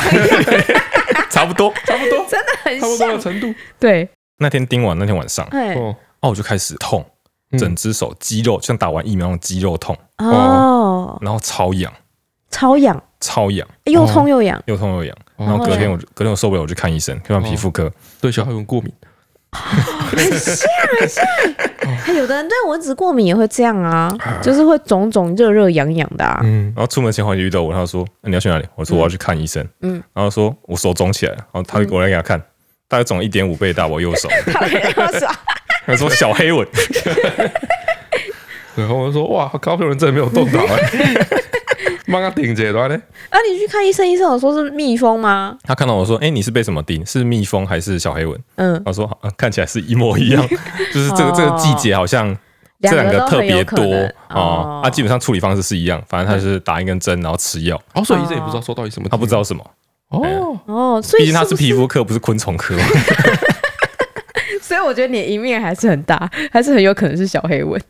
Speaker 3: 差不多。
Speaker 2: 差不多，
Speaker 1: 真的很
Speaker 2: 差不多的
Speaker 1: 像，
Speaker 2: 程度。
Speaker 1: 对，
Speaker 3: 那天叮完那天晚上，
Speaker 1: 哎
Speaker 2: 哦，
Speaker 3: 哦，我就开始痛，
Speaker 2: 嗯
Speaker 3: 整只手肌肉像打完疫苗那种肌肉痛，
Speaker 1: 哦，
Speaker 3: 然后超痒，
Speaker 1: 超痒，
Speaker 3: 超痒，
Speaker 1: 又痛又 痒，
Speaker 3: 又痛又痒。
Speaker 2: 哦
Speaker 3: 然后隔天我就隔天我受不了，我去看医生，去看皮肤科。
Speaker 2: 对小黑蚊过敏，
Speaker 3: 哦
Speaker 1: 哎有的人对蚊子过敏也会这样啊，就是会肿肿热热痒痒的啊。
Speaker 2: 嗯，
Speaker 3: 然后出门前好像就遇到我，他说、呃你要去哪里？我说我要去看医生。
Speaker 1: 嗯
Speaker 3: 嗯，然后说我手肿起来了，然后他就过来给他看，大概肿一点五倍大，我右手。他说小黑蚊，
Speaker 2: 然后我就说哇，高雄人真的没有动脑，哎帮他顶着的呢。
Speaker 1: 啊，你去看医生，医生有说是蜜蜂吗？
Speaker 3: 他看到我说，哎、你是被什么叮？是蜜蜂还是小黑蚊？
Speaker 1: 嗯，
Speaker 3: 他说、啊看起来是一模一样，就是这个、这个季节好像这两
Speaker 1: 哦个都
Speaker 3: 特
Speaker 1: 很有
Speaker 3: 别
Speaker 1: 可
Speaker 3: 多
Speaker 1: 能
Speaker 3: 哦。他、基本上处理方式是一样，反正他是打一根针，然后吃药，
Speaker 2: 哦，所以医生也不知道说到底什么，
Speaker 3: 他不知道哎什么。
Speaker 2: 哦。
Speaker 1: 哦，所
Speaker 3: 毕
Speaker 1: 以
Speaker 3: 竟他
Speaker 1: 嗯是
Speaker 3: 是
Speaker 1: 不
Speaker 3: 皮肤科，不是昆虫科。
Speaker 1: 是所以我觉得你的赢面还是很大，还是很有可能是小黑蚊。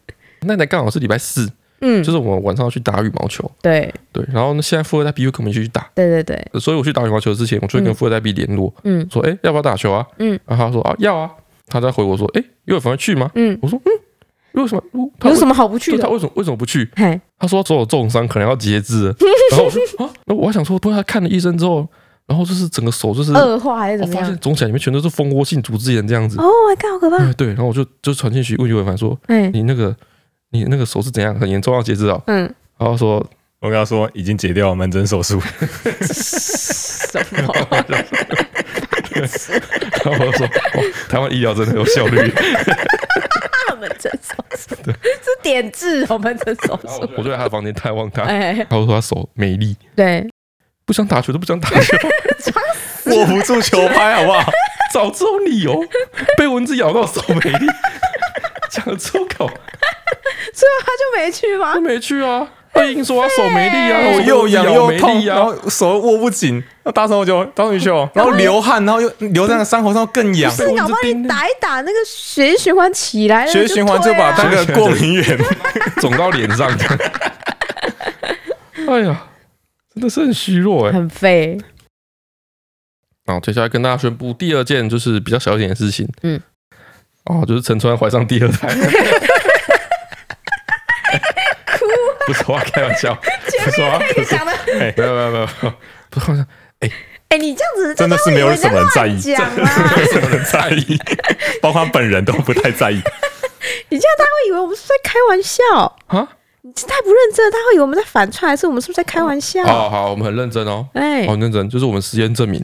Speaker 2: 那天刚好是礼拜四，
Speaker 1: 嗯，
Speaker 2: 就是我们晚上要去打羽毛球，
Speaker 1: 对
Speaker 2: 对。然后呢，现在富二代 B 又跟我们一起去打，
Speaker 1: 对对对，
Speaker 2: 所以我去打羽毛球之前，我就会跟富二代 B 联络，
Speaker 1: 嗯
Speaker 2: 说哎、要不要打球啊？
Speaker 1: 嗯，
Speaker 2: 然后他说啊要啊，他再回我说哎、有反会去吗？
Speaker 1: 嗯，
Speaker 2: 我说嗯，为什么？我他
Speaker 1: 有什
Speaker 2: 么
Speaker 1: 么好不去
Speaker 2: 他
Speaker 1: 的？
Speaker 2: 为什么为什么不去？
Speaker 1: 嘿，
Speaker 2: 他说手有重伤，可能要截肢了。然后我就啊，那我还想说，不过他看了医生之后，然后就是整个手就是，我、
Speaker 1: 恶化还是怎么
Speaker 2: 发
Speaker 1: 样
Speaker 2: 现？肿起来，里面全都是蜂窝性组织炎这样子。
Speaker 1: 哦，My God，好可怕！
Speaker 2: 哎对，然后我就就传进去问尤伟凡说，
Speaker 1: 哎，
Speaker 2: 你那个你那个手是怎样？很严重要截肢啊？
Speaker 1: 嗯，
Speaker 2: 然后说
Speaker 3: 我跟他说已经解掉了门诊手 术，
Speaker 1: 什么？
Speaker 2: 然后我就说，哇，台湾医疗真的有效率。
Speaker 1: 们这种是是点痣我们这种是。
Speaker 2: 我就在他的房间探望他，
Speaker 1: 哎，
Speaker 2: 他就说他手没力，
Speaker 1: 对，
Speaker 2: 不想打球都不想打 球，
Speaker 3: 握不住球拍，好不 好？
Speaker 2: 找这种理由，被蚊子咬到手没 力，讲出口
Speaker 3: 啊
Speaker 1: 所以他就没去吗
Speaker 2: 他？没去啊，他硬说他手没力啊，
Speaker 3: 我
Speaker 2: 我
Speaker 3: 哎又痒又
Speaker 2: 没
Speaker 3: 痛，
Speaker 2: 力
Speaker 3: 然
Speaker 2: 啊，
Speaker 3: 后手握不紧，要打手球，打手球，然后流汗，然后又流在那个伤口上更痒，
Speaker 2: 被
Speaker 1: 是
Speaker 2: 蚊
Speaker 1: 搞
Speaker 2: 子
Speaker 1: 啊不好
Speaker 2: 叮
Speaker 1: 你
Speaker 2: 的，
Speaker 1: 打一打，那个血液循环起来了，
Speaker 3: 血液循环就
Speaker 1: 退啊
Speaker 3: 把那个过敏源，
Speaker 2: 肿到脸上这样。 哎呀，真的是很虚弱哎、
Speaker 1: 很废。
Speaker 2: 然后接下来跟大家宣布第二件就是比较小一点的事情，
Speaker 5: 嗯，
Speaker 2: 哦，就是陈川怀上第二 胎， 不是我开玩笑，不 是我，
Speaker 1: 那个讲的，
Speaker 2: 没有没有没有，不是我想
Speaker 1: 哎，你这样子
Speaker 3: 真的是没有什么人在意，
Speaker 1: 讲啊，
Speaker 3: 没有人在意，包括他本人都不太在 意。
Speaker 1: 你这样他会以为我们是在开玩笑，
Speaker 2: 啊，
Speaker 1: 你这太不认真了，他会以为我们在反串，还是我们是不是在开玩笑？
Speaker 2: 哦好，我们很认真哦，
Speaker 1: 哎
Speaker 2: 哦，很认真，就是我们实验证明，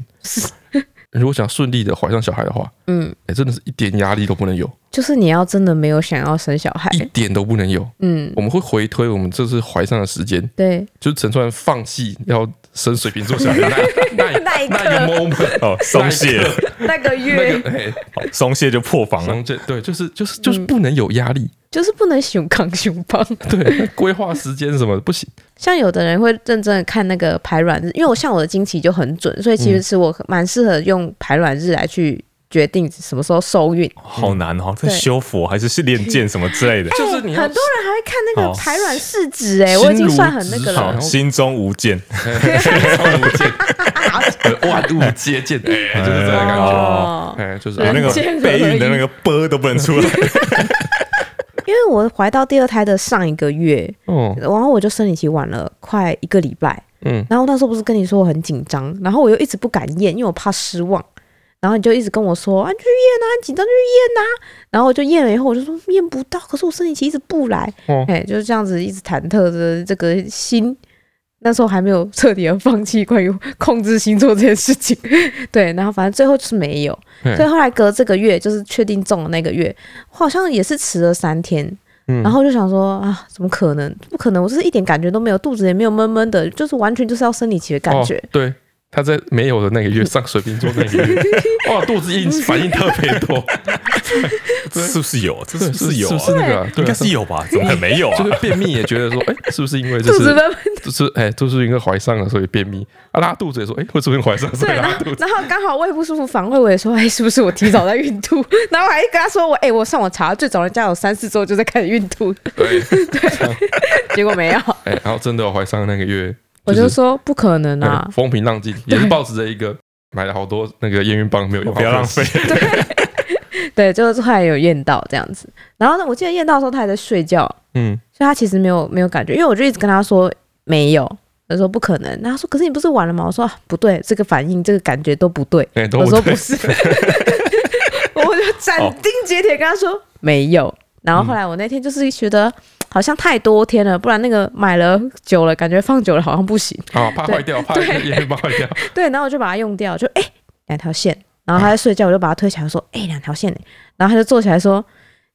Speaker 2: 如果想顺利的怀上小孩的话，
Speaker 5: 嗯，
Speaker 2: 哎，真的是一点压力都不能有，
Speaker 1: 就是你要真的没有想要生小孩
Speaker 2: 一点都不能有。
Speaker 1: 哎嗯，
Speaker 2: 我们会回推我们这次怀上的时间，
Speaker 1: 对，
Speaker 2: 就是陈川放弃要生水瓶座小孩那 那
Speaker 1: 那一刻
Speaker 2: 那个 moment，
Speaker 3: 哦，松懈，
Speaker 1: 那个
Speaker 2: 那个哎，
Speaker 3: 好松懈就破防了。
Speaker 2: 松懈，对，就是
Speaker 1: 嗯
Speaker 2: 就是就是不能有压力，
Speaker 1: 就是不能熊扛熊 胖。
Speaker 2: 对，规划时间什么的不行，
Speaker 1: 像有的人会认真的看那个排卵日，因为我像我的经期就很准，所以其实是我蛮适合用排卵日来去决定什么时候受孕。
Speaker 3: 好难哦，这
Speaker 1: 对
Speaker 3: 修佛还是是练剑什么之类的，
Speaker 2: 就是你要
Speaker 1: 哎很多人还会看那
Speaker 3: 哦
Speaker 1: 个排卵试
Speaker 2: 哦
Speaker 1: 纸，哎，我已经算很那个
Speaker 2: 心如止
Speaker 1: 了
Speaker 2: 水。
Speaker 3: 好心中无剑，
Speaker 2: 哎 呃万物皆见，哎，就是这个感觉，
Speaker 3: 哦
Speaker 1: 哦，
Speaker 2: 哎，就是
Speaker 3: 我那个
Speaker 1: 人剑
Speaker 3: 备
Speaker 1: 合
Speaker 3: 孕
Speaker 1: 一
Speaker 3: 的那个波都不能出来。
Speaker 1: 因为我怀到第二胎的上一个月，
Speaker 2: 哦，
Speaker 1: 然后我就生理期晚了快一个礼拜，
Speaker 2: 嗯，
Speaker 1: 然后那时候不是跟你说我很紧张，然后我又一直不敢验，因为我怕失望。然后你就一直跟我说啊，你去验啊，你紧张就去验呐、然后我就验了以后，我就说嗯验不到，可是我生理期一直不来，
Speaker 2: 哦
Speaker 1: 哎、就是这样子一直忐忑着这个心。那时候还没有彻底的放弃关于控制星座这件事情， 对。然后反正最后就是没有，
Speaker 2: 嘿
Speaker 1: 所以后来隔这个月就是确定中的那个月，我好像也是迟了三天，
Speaker 2: 嗯
Speaker 1: 然后就想说啊，怎么可能？不可能！我就是一点感觉都没有，肚子也没有闷闷的，就是完全就是要生理期的感觉。
Speaker 2: 哦、对，他在没有的那个月上水瓶座那个 月，哇，肚子硬反应特别多，
Speaker 3: 是不是有？这是不是有
Speaker 2: 是不？
Speaker 3: 啊
Speaker 2: 是那个啊、对
Speaker 3: 应
Speaker 2: 啊
Speaker 3: 该是。有吧？怎么可能没有啊
Speaker 2: 就？是便秘也觉得说，哎、是不是因为就
Speaker 1: 肚子
Speaker 2: 是
Speaker 1: 闷 闷，
Speaker 2: 就是哎、就是因为怀上了所以便秘啊拉肚子也说，哎、会是不是怀上所以
Speaker 1: 对，然啊
Speaker 2: 拉
Speaker 1: 后
Speaker 2: 肚子？
Speaker 1: 然后刚好胃不舒服，反胃，我也说，哎， 是不是我提早在孕吐？ 然后我还跟他说，我哎、我上网查，最早人家有三四周就在开始孕吐，
Speaker 2: 对，
Speaker 1: 结果没 有，
Speaker 2: 哎、然后真的有怀上那个月，
Speaker 1: 我就是说不可能
Speaker 2: 哎
Speaker 1: 啊，
Speaker 2: 风平浪静，也是抱持着一个买了好多那个验孕棒没有用，
Speaker 3: 哦不要浪费。
Speaker 1: 对，就是后来有验到这样子。然后呢，我记得验到的时候他还在睡觉，
Speaker 2: 嗯，
Speaker 1: 所以他其实没有没有感觉，因为我就一直跟他说没有，他说不可能，那他说可是你不是完了吗？我说、啊不对，这个反应这个感觉都不对，
Speaker 2: 哎、都
Speaker 1: 我
Speaker 2: 我
Speaker 1: 说不是，我就斩钉截铁跟他说没有。然后后来我那天就是觉得好像太多天了，不然那个买了久了，感觉放久了好像不行。
Speaker 2: 啊，怕坏掉，怕
Speaker 1: 对
Speaker 2: 验孕棒坏掉，
Speaker 1: 对，然后我就把它用掉，就哎两条线，然
Speaker 2: 哎
Speaker 1: 后他在睡觉，我就把它推起来说哎两条线、欸，然后他就坐起来说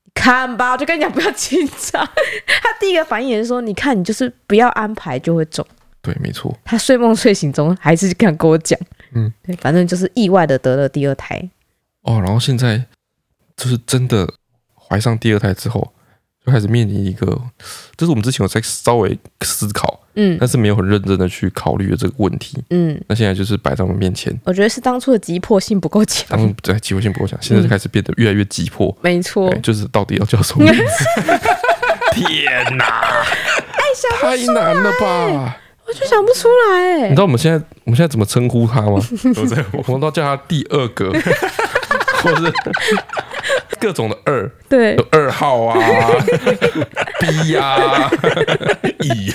Speaker 1: 你看吧，我就跟你讲不要紧张。 他第一个反应也是说你看你就是不要安排就会中。
Speaker 2: 对，没错，
Speaker 1: 他睡梦睡醒中还是这样跟我讲，
Speaker 2: 嗯
Speaker 1: 嗯，对，反正就是意外的得了第二胎，
Speaker 2: 哦，然后现在就是真的怀上第二胎之后，就开始面临一个，就是我们之前有在稍微思考，
Speaker 1: 嗯
Speaker 2: 但是没有很认真的去考虑的这个问题。
Speaker 1: 嗯。
Speaker 2: 那现在就是摆在我们面前，
Speaker 1: 我觉得是当初的急迫性不够强
Speaker 2: 当。然在急迫性不够强，现在就开始变得越来越急迫，
Speaker 1: 没错，
Speaker 2: 对，就是到底要叫什么名字？ 天哪！太难了吧！
Speaker 1: 我就想不出来、
Speaker 2: 你知道我们现在我们现在怎么称呼他吗？
Speaker 3: 我在
Speaker 2: 我们都叫他第二个， 或是各种的二，
Speaker 1: 对
Speaker 2: 有二号啊 ，B 啊呀、
Speaker 3: 意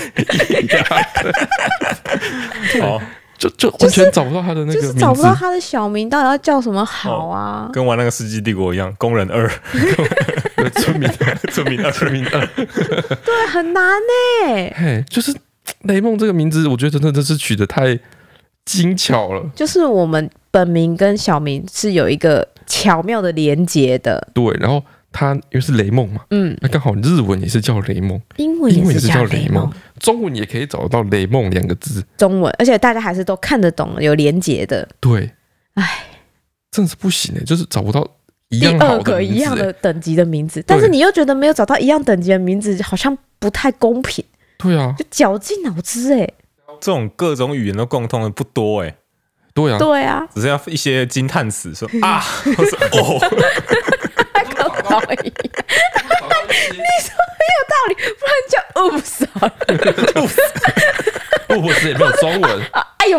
Speaker 3: 哦，
Speaker 2: 就就完全找不到他的那
Speaker 1: 就
Speaker 2: 个
Speaker 1: 是
Speaker 2: 名字，哦
Speaker 1: 找不到他的小名，到底要叫什么好啊？
Speaker 3: 跟玩那个《世纪帝国》一样，工人二、
Speaker 2: 对村民，
Speaker 3: 村民二、
Speaker 2: 村民二，
Speaker 1: 对，很难欸呢、
Speaker 2: 嘿，就是雷梦这个名字，我觉得真的真是取得太精巧了。
Speaker 1: 就是我们本名跟小名是有一个巧妙的连接的，
Speaker 2: 对，然后它因为是雷梦嘛，
Speaker 1: 嗯，
Speaker 2: 那刚好日文也是叫雷梦，
Speaker 1: 英文
Speaker 2: 英文
Speaker 1: 也
Speaker 2: 也是叫
Speaker 1: 雷
Speaker 2: 雷
Speaker 1: 梦
Speaker 2: 梦，，中文也可以找得到雷梦两个字。
Speaker 1: 中文，而且大家还是都看得懂，有连结的。
Speaker 2: 对，
Speaker 1: 唉，
Speaker 2: 真的是不行的，就是找不到一
Speaker 1: 第
Speaker 2: 样
Speaker 1: 二
Speaker 2: 好
Speaker 1: 个
Speaker 2: 的
Speaker 1: 一
Speaker 2: 名
Speaker 1: 样
Speaker 2: 字欸。
Speaker 1: 的等级的名字，但是你又觉得没有找到一样等级的名字，好像不太公平，
Speaker 2: 对啊，
Speaker 1: 就绞尽脑汁哎、
Speaker 3: 这种各种语言都共通的不多哎、
Speaker 2: 对啊，
Speaker 1: 对啊，
Speaker 3: 只剩下一些惊叹 词说啊，或是哦，
Speaker 1: 搞到一样，你说很有道理，不然就 oops 好了
Speaker 2: 不不是也没有中文，
Speaker 1: 啊，哎呦，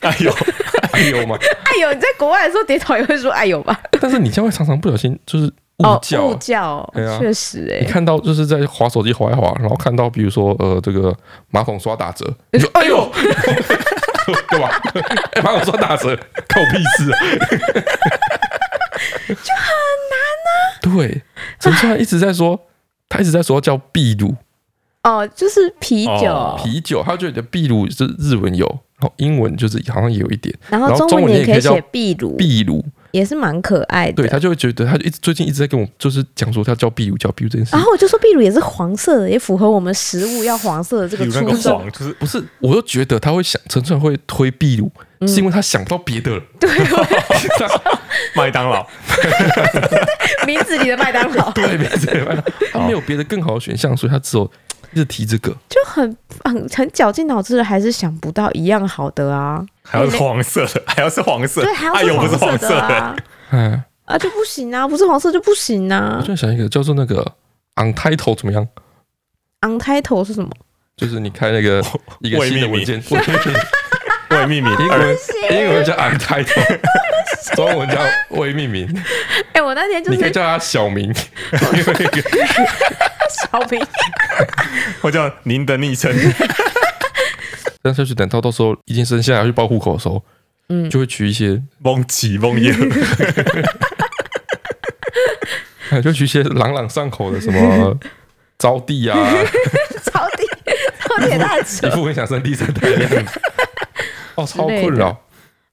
Speaker 3: 哎呦，
Speaker 2: 哎呦嘛。
Speaker 1: 哎呦，你在国外的时候跌倒也会说哎呦吧？
Speaker 2: 但是你将会常常不小心就是
Speaker 1: 哦
Speaker 2: 误，叫
Speaker 1: 误
Speaker 2: 啊。
Speaker 1: 叫哦
Speaker 2: 对，啊
Speaker 1: 确实哎、
Speaker 2: 你看到就是在滑手机滑一滑，然后看到比如说呃这个马桶刷打 折，你说哎呦， 干嘛？哎马桶刷打折，看我屁事啊！就很难啊。对，陈川一直在说，他一直在说叫秘鲁
Speaker 1: 哦，就是啤酒，
Speaker 3: 哦
Speaker 2: 啤酒，他觉得秘鲁是日文有，然后英文就是好像也有一点
Speaker 1: 然
Speaker 2: 然
Speaker 1: 后
Speaker 2: 后
Speaker 1: 中
Speaker 2: 中
Speaker 1: 文
Speaker 2: 文
Speaker 1: 你
Speaker 2: 你
Speaker 1: 也可
Speaker 2: 也
Speaker 1: 以
Speaker 2: 可以叫
Speaker 1: 写秘鲁，
Speaker 2: 秘鲁，
Speaker 1: 也是蛮可爱的
Speaker 2: 对。他就会觉得他就一直最近一直在跟我就是讲说他叫秘鲁叫秘鲁这件事情
Speaker 1: 然。后我就说秘鲁也是黄色的，也符合我们食物要黄色的这
Speaker 3: 比
Speaker 1: 个
Speaker 3: 如那
Speaker 1: 初
Speaker 3: 个
Speaker 1: 衷。
Speaker 3: 黄就是
Speaker 2: 不是，我又觉得他会想陈川会推秘鲁，是因为他想不到别的了。嗯对，
Speaker 3: 麦 当劳，
Speaker 1: 名字里的麦当劳
Speaker 2: 对，没辙 办法，他没有别的更好的选项，所以他只有一直提这个。
Speaker 1: 就很很很绞尽脑汁的，还是想不到一样好的啊。
Speaker 3: 还要是黄色的， 还要是黄色，
Speaker 1: 对，还
Speaker 3: 哎
Speaker 1: 要
Speaker 3: 呦，不是
Speaker 1: 黄
Speaker 3: 黄色
Speaker 1: 的
Speaker 3: 的，
Speaker 1: 啊，
Speaker 2: 哎，
Speaker 1: 啊就不行啊，不是黄色就不行
Speaker 2: 我
Speaker 1: 啊
Speaker 2: 突。然想一个叫做那个 on title 怎么样？
Speaker 1: 昂 title 是什么？
Speaker 2: 就是你开那个一个新的文件，
Speaker 3: 未命名
Speaker 2: 英
Speaker 3: 二
Speaker 2: 文 英文叫 on title，中文叫未命名，
Speaker 1: 哎、我那天就
Speaker 2: 你可以
Speaker 1: 是
Speaker 2: 叫他小名，因为那个
Speaker 1: 小明，
Speaker 3: 我叫您的 昵称，
Speaker 2: 但是去等到到时候已经生下来要去报户口的时候，嗯，就会取一些
Speaker 3: 蒙奇蒙耶，
Speaker 2: 就取一些朗朗上口的什 么招娣啊，
Speaker 1: 超地超地也大扯
Speaker 2: 一。副很想生第三胎的样子。 哦，超
Speaker 1: 之类的
Speaker 2: 困扰，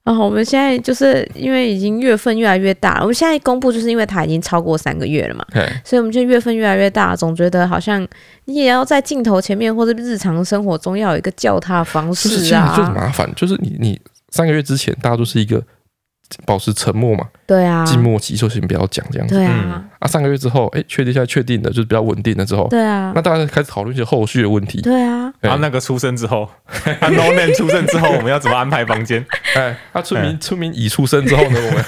Speaker 1: 然啊后我们现在就是因为已经月份越来越大了，我们现在公布就是因为它已经超过三个月了嘛，
Speaker 2: 哎，
Speaker 1: 所以我们就月份越来越大，总觉得好像你也要在镜头前面或者日常生活中要有一个叫他的方
Speaker 2: 就是
Speaker 1: 式
Speaker 2: 现在就是
Speaker 1: 啊，
Speaker 2: 麻烦，就是你你三个月之前大家都是一个保持沉默嘛，
Speaker 1: 对啊，
Speaker 2: 静默期，说先不要讲这样子
Speaker 1: 对啊，
Speaker 2: 啊。三个月之后，哎，确定现在确定的，就是比较稳定了之后，
Speaker 1: 对啊
Speaker 2: 那，大家开始讨论一些后续的问题。
Speaker 1: 对啊，
Speaker 2: 哎
Speaker 3: 啊，那个出生之后， 啊 No Name 出生之后，我们要怎么安排 房间？
Speaker 2: 哎，那村民村民已出生之后呢，我们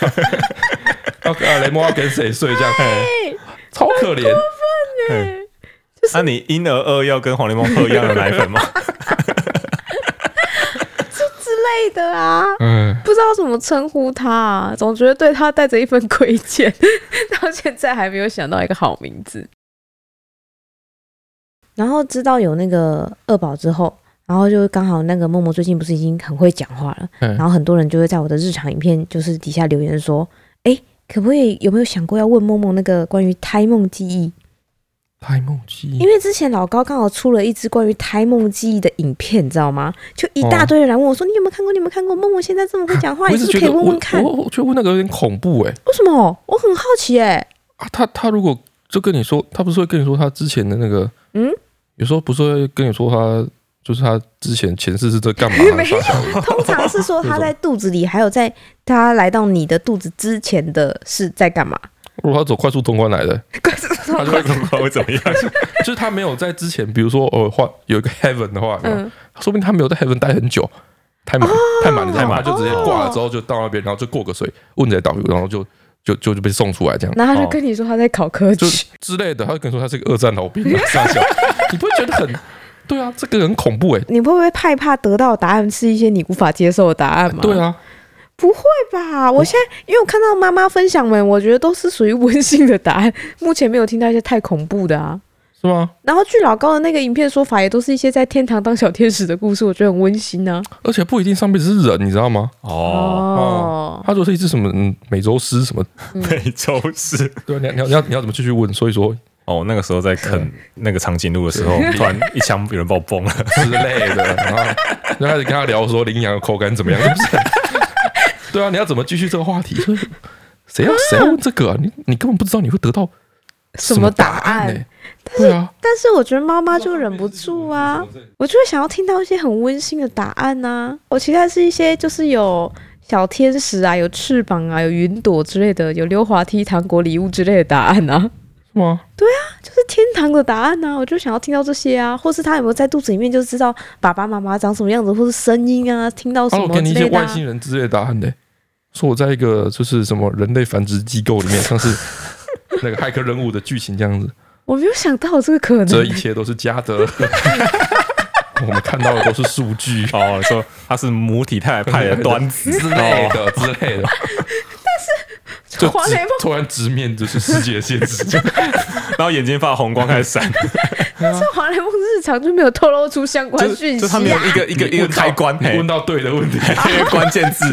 Speaker 2: 要要跟啊雷蒙要跟谁睡这样，超可怜。
Speaker 3: 嗯，那你婴儿二要跟黄连梦喝一样的奶粉 吗？
Speaker 1: 对的啊，
Speaker 2: 哎，
Speaker 1: 不知道怎么称呼他、啊，总觉得对他带着一份亏欠， 到现在还没有想到一个好名字。
Speaker 5: 然后知道有那个二宝之后，然后就刚好那个默默最近不是已经很会讲话了，
Speaker 2: 嗯
Speaker 5: 然后很多人就会在我的日常影片就是底下留言说，哎，可不可以有没有想过要问默默那个关于胎梦记忆？
Speaker 2: 太梦记
Speaker 5: 因为之前老高刚好出了一支关于胎梦记忆的影片，你知道吗？就一大堆人来问我说，你有没有看过？你有没有看过？默默现在这么会讲话，
Speaker 2: 哦我
Speaker 5: 你
Speaker 2: 一
Speaker 5: 是不
Speaker 2: 直
Speaker 5: 是可
Speaker 2: 觉
Speaker 5: 以
Speaker 2: 得
Speaker 5: 问
Speaker 2: 我
Speaker 5: 问看？
Speaker 2: 我我觉得问那个有点恐怖哎、
Speaker 5: 为什么？我很好奇哎、
Speaker 2: 啊，他他如果就跟你说，他不是会跟你说他之前的那个，
Speaker 5: 嗯，
Speaker 2: 有时候不是会跟你说他就是他之前前世是 在干嘛？
Speaker 5: 没有通常是 说他在肚子里，还有在他来到你的肚子之前的是在干嘛？
Speaker 2: 如果他走快速通关来的，
Speaker 3: 他就会怎么会 怎么样？
Speaker 2: 就是他没有在之前，比如说呃，换有一个 heaven 的话，有没有
Speaker 1: 嗯
Speaker 2: 说不定他没有在 heaven 待很久，太满、太
Speaker 5: 哦
Speaker 2: 满了，
Speaker 3: 太满
Speaker 2: 他就直接挂了之后就到那边，然后就过个水，问在导游，然后就就就就被送出来这样。
Speaker 5: 嗯
Speaker 1: 然后他就跟你说他在考科举
Speaker 2: 哦就，之类的，他就跟你说他是个二战老兵，傻笑，你不会觉得很对啊？这个很恐怖哎、
Speaker 1: 你会不会害怕得到的答案是一些你无法接受的答案吗？
Speaker 2: 对，啊，
Speaker 1: 不会吧？我现在因为我看到妈妈分享们，我觉得都是属于温馨的答案，目前没有听到一些太恐怖的啊。
Speaker 2: 是吗？
Speaker 1: 然后据老高的那个影片说法，也都是一些在天堂当小天使的故事，我觉得很温馨啊。
Speaker 2: 而且不一定上辈子是人，你知道吗？
Speaker 3: 哦，
Speaker 1: 哦，
Speaker 2: 他如果是一只什么嗯美洲狮什么，
Speaker 1: 嗯
Speaker 3: 每周四。
Speaker 2: 对啊，你要你要你要你要怎么继续问？所以说
Speaker 3: 哦，那个时候在啃那个长颈鹿的时候，突然一枪有人把我崩了，
Speaker 2: 之类 的，啊然后就开始跟他聊说羚羊的口感怎么样，是不 是？对啊，你要怎么继续这个话题？所以谁要谁要问这个啊？你你根本不知道你会得到
Speaker 1: 什么答
Speaker 2: 案
Speaker 1: 案
Speaker 2: 呢？对啊，
Speaker 1: 但是我觉得妈妈就忍不住啊，我就会想要听到一些很温馨的答案呐、我期待是一些就是有小天使啊、有翅膀啊、有云朵之类的、有溜滑梯、糖果、礼物之类的答案啊，
Speaker 2: 是吗？
Speaker 1: 就是天堂的答案啊，我就想要听到这些啊，或是他有没有在肚子里面就知道爸爸妈妈长什么样子，或是声音啊，听到什
Speaker 2: 啊，我
Speaker 1: 么
Speaker 2: 给你
Speaker 1: 之
Speaker 2: 一些
Speaker 1: 类的、
Speaker 2: 外
Speaker 1: 啊。
Speaker 2: 星人之类的答案呢、说我在一个就是什么人类繁殖机构里面，像是那个骇客任务的剧情这样子，
Speaker 1: 我没有想到有这个可能、
Speaker 2: 这一切都是假的。 我们看到的都是数据
Speaker 3: 哦，说他是母体太派的端子，哦
Speaker 2: 之类的哦之类的，就
Speaker 1: 黄
Speaker 2: 直
Speaker 1: 雷梦
Speaker 2: 突然直面就是世界的现实，
Speaker 3: 然后眼睛发红光开始闪，
Speaker 2: 啊
Speaker 1: 这黄雷梦日常就没有透露出相关
Speaker 3: 就是
Speaker 1: 讯
Speaker 3: 就
Speaker 1: 息
Speaker 3: 他没有
Speaker 1: 啊。
Speaker 3: 一个一个一
Speaker 2: 你
Speaker 3: 个
Speaker 2: 问到
Speaker 3: 开 关，
Speaker 2: 你
Speaker 3: 嘿
Speaker 2: 问到对的问题，
Speaker 3: 一个关键字，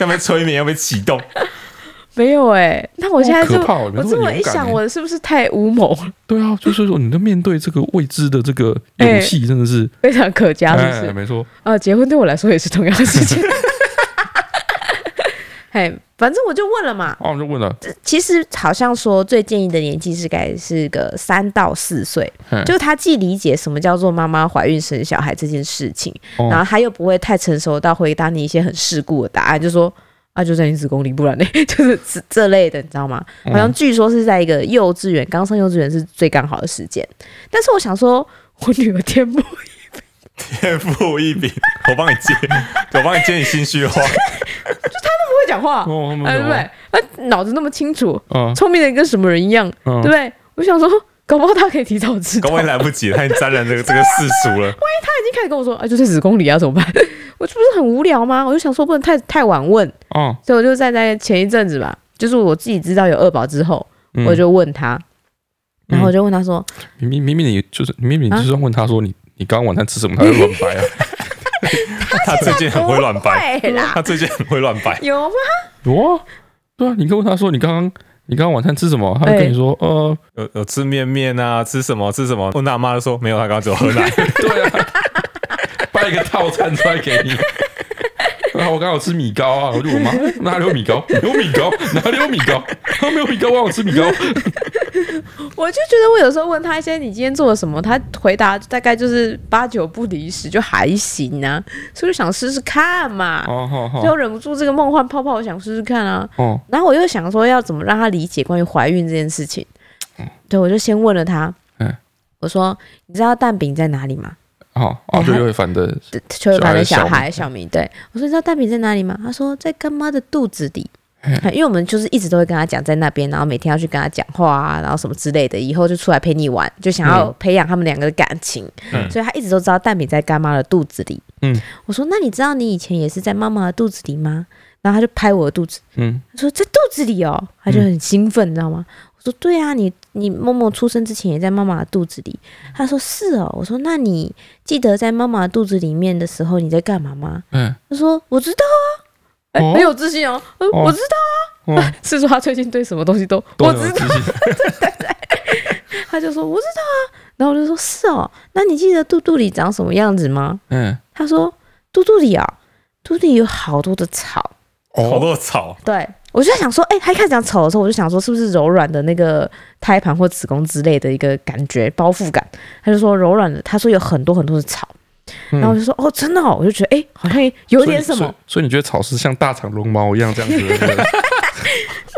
Speaker 3: 要被催眠，要被启动，
Speaker 1: 没有哎、那我现在就
Speaker 2: 好可怕哦你们
Speaker 1: 我
Speaker 2: 都
Speaker 1: 这么
Speaker 2: 很勇
Speaker 1: 一
Speaker 2: 敢
Speaker 1: 想，
Speaker 2: 欸
Speaker 1: 我是不是太无谋了，
Speaker 2: 对啊，就是说你的面对这个未知的这个勇气，真的是，
Speaker 1: 非常可嘉，是不
Speaker 2: 哎，
Speaker 1: 是？
Speaker 2: 没错，
Speaker 1: 啊，结婚对我来说也是同样的事情。
Speaker 5: 嘿，反正我就问了嘛，
Speaker 2: 啊，我就问了，
Speaker 5: 其实好像说最建议的年纪是该是个三到四岁，
Speaker 2: 嗯
Speaker 5: 就是他既理解什么叫做妈妈怀孕生小孩这件事情，
Speaker 2: 哦
Speaker 5: 然后他又不会太成熟到回答你一些很世故的答案，就说啊就在你子宫里，不然呢 就是这这类的，你知道吗？好像据说是在一个幼稚园刚上幼稚园是最刚好的时间，但是我想说，我女儿天不
Speaker 3: 天赋异禀，我帮你接，我帮你接你心虚的话，
Speaker 1: 会讲 话，
Speaker 2: 哦，他们
Speaker 1: 哎对
Speaker 2: 怎
Speaker 1: 不
Speaker 2: 么
Speaker 1: 对？那脑子那么清楚，
Speaker 2: 啊，
Speaker 1: 聪明的跟什么人一样，对
Speaker 2: 嗯
Speaker 1: 不对？我想说，搞不好他可以提早知道。
Speaker 3: 刚刚
Speaker 1: 他
Speaker 3: 来不及了，他已经沾染这个这个世俗了，
Speaker 1: 已经开始跟我说，啊，就在子宫里啊，怎么办？ 我这不是很无聊吗？我就想说，不能太太晚问，
Speaker 2: 啊，
Speaker 1: 所以我就站在前一阵子吧，就是我自己知道有二宝之后，
Speaker 2: 嗯
Speaker 1: 我就问他，
Speaker 3: 嗯
Speaker 1: 然后我就问他说，
Speaker 2: 明明明明你就是明明你就是要问他说你你刚刚晚餐吃什么，他 就乱掰啊，
Speaker 3: 他最近很会乱
Speaker 1: 啊
Speaker 3: 掰，
Speaker 1: 哎
Speaker 5: 会啦，
Speaker 3: 他最近很会乱掰，
Speaker 1: 有吗？
Speaker 2: 有啊，对啊，你可以问他说你刚刚你刚刚晚餐吃什么，他就跟你说呃，
Speaker 3: 有有吃面面啊，吃什么吃什么，问他妈就说没有，他刚刚只有喝奶，
Speaker 2: 对啊， 掰一个套餐出来给你。啊！我刚好吃米糕啊！我就我妈哪里有米糕？有米糕哪里有米糕？他没有米糕，我让我吃米糕。
Speaker 1: 我就觉得我有时候问他一些你今天做了什么，他回答大概就是八九不离十，就还行啊，所以我想试试看嘛，
Speaker 2: 哦，好好
Speaker 1: 就忍不住这个梦幻泡泡，我想试试看啊。
Speaker 2: 哦，
Speaker 1: 然后我又想说要怎么让他理解关于怀孕这件事情，对我就先问了他
Speaker 2: 嗯，
Speaker 1: 我说你知道蛋饼在哪里吗？
Speaker 2: 好啊，就会反的
Speaker 1: 邱有凡的
Speaker 2: 小
Speaker 1: 小
Speaker 2: 孩
Speaker 1: 孩小明，对我说你知道蛋饼在哪里吗？他说在干妈的肚子里
Speaker 2: 嘿。
Speaker 1: 因为我们就是一直都会跟他讲在那边，然后每天要去跟他讲话啊，然后什么之类的，以后就出来陪你玩，就想要
Speaker 2: 嗯
Speaker 1: 培养他们两个的感情，
Speaker 3: 嗯
Speaker 1: 所以他一直都知道蛋饼在干妈的肚子里。
Speaker 2: 嗯，
Speaker 1: 我说那你知道你以前也是在妈妈的肚子里吗？然后他就拍我的肚子，
Speaker 2: 嗯
Speaker 1: 他说在肚子里哦，他就很兴奋，你知道吗？我说对啊，你你默默出生之前也在妈妈的肚子里。他说是哦，我说那你记得在妈妈的肚子里面的时候你在干嘛吗？
Speaker 2: 嗯，
Speaker 1: 他说我知道啊，哎、
Speaker 2: 哦
Speaker 1: 很有自信哦，呃
Speaker 2: 哦
Speaker 1: 我知道，
Speaker 2: 哦，
Speaker 1: 是说他最近对什么东西都
Speaker 2: 都
Speaker 1: 我
Speaker 2: 很有
Speaker 1: 知道，
Speaker 2: 自信
Speaker 1: 他就说我知道啊，然后我就说是哦，那你记得肚肚里长什么样子吗？
Speaker 2: 嗯，
Speaker 1: 他说肚肚里啊、肚肚里有好多的草，
Speaker 3: 好
Speaker 2: 哦，
Speaker 3: 多草，
Speaker 1: 对，我就在想说，哎、他一开始讲丑的时候，我就想说是不是柔软的那个胎盘或子宫之类的一个感觉包覆感？他就说柔软的，他说有很多很多的草，
Speaker 2: 嗯
Speaker 1: 然后我就说哦，真的、哦，我就觉得哎、好像有点什
Speaker 2: 所以
Speaker 1: 么
Speaker 2: 所，以所以你觉得草是像大长绒毛一样这样子的那 个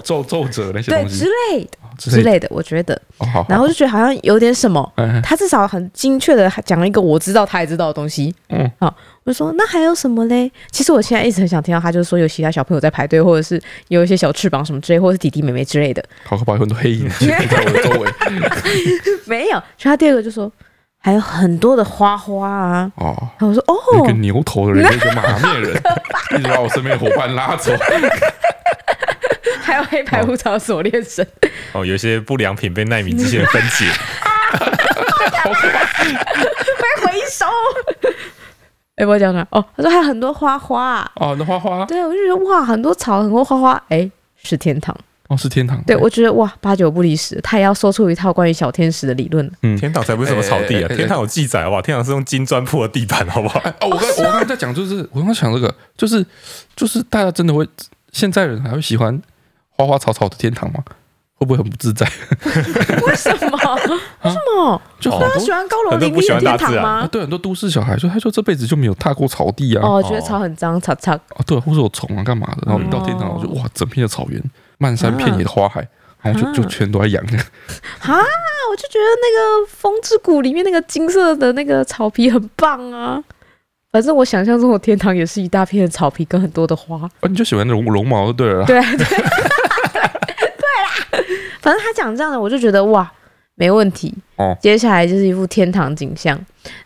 Speaker 2: 皱皱褶那些
Speaker 1: 对
Speaker 2: 东
Speaker 1: 之
Speaker 2: 西
Speaker 1: 类的
Speaker 2: 之
Speaker 1: 之
Speaker 2: 类的，
Speaker 1: 类的，我觉得，
Speaker 2: 哦好，
Speaker 1: 然后我就觉得好像有点什么。
Speaker 2: 嗯
Speaker 1: 他至少很精确的讲了一个我知道他也知道的东西，
Speaker 2: 嗯，
Speaker 1: 好，我就说那还有什么嘞？其实我现在一直很想听到他就是说有其他小朋友在排队，或者是有一些小翅膀什么之类，或者是弟弟妹妹之类的，
Speaker 2: 好可怕，有很多 黑影就在我的周围
Speaker 1: 没有。所以他第二个就说还有很多的花花啊。
Speaker 2: 哦。
Speaker 1: 然后我说哦，
Speaker 2: 有一个牛头的人，有一个马面人， 一直把我身边的伙伴拉走。
Speaker 1: 还有黑白无常锁链绳，
Speaker 3: 哦，有一些不良品被纳米机器人分解，
Speaker 1: 快回收。 哎、我讲了哦，他说还有很多花花啊、
Speaker 2: 哦，那花花
Speaker 1: 对我就觉得哇，很多草，很多花花，哎、是天堂。
Speaker 2: 哦是天堂，
Speaker 1: 对我觉得哇，八九不离十，他也要说出一套关于小天使的理论。
Speaker 3: 天堂才不是什么草地啊，天堂有记载好不好？天堂是用金砖铺的地板好不好？
Speaker 2: 哦，我刚我刚刚在讲，就是我刚刚想这个，就是就是大家真的会，现在人还会喜欢花花草草的天堂吗？会不会很不 自在？
Speaker 1: 为 什么？为 什么？
Speaker 2: 就
Speaker 3: 哦
Speaker 2: 很
Speaker 1: 大家
Speaker 2: 多
Speaker 1: 喜欢高楼
Speaker 3: 很多
Speaker 1: 林
Speaker 3: 不
Speaker 1: 立
Speaker 3: 喜
Speaker 1: 的
Speaker 3: 欢大
Speaker 1: 天堂
Speaker 3: 自然
Speaker 1: 吗
Speaker 2: 啊，？对很多都市小孩说，他说这辈子就没有踏过草地啊，
Speaker 1: 哦，觉得草很脏，草草
Speaker 2: 啊，对，或者有虫啊，干嘛的？然后一到天
Speaker 1: 哦
Speaker 2: 堂，我就哇，整片的草原，漫山遍野的花海，然后就就全都在养。
Speaker 1: 啊！我就觉得那个《风之谷》里面那个金色的那个草皮很棒啊。反正我想象中的天堂也是一大片的草皮跟很多的花。
Speaker 2: 啊，你就喜欢绒绒毛就对了啦。
Speaker 1: 对对 对啦，反正他讲这样的，我就觉得哇，没问题。
Speaker 2: 哦
Speaker 1: 接下来就是一副天堂景象。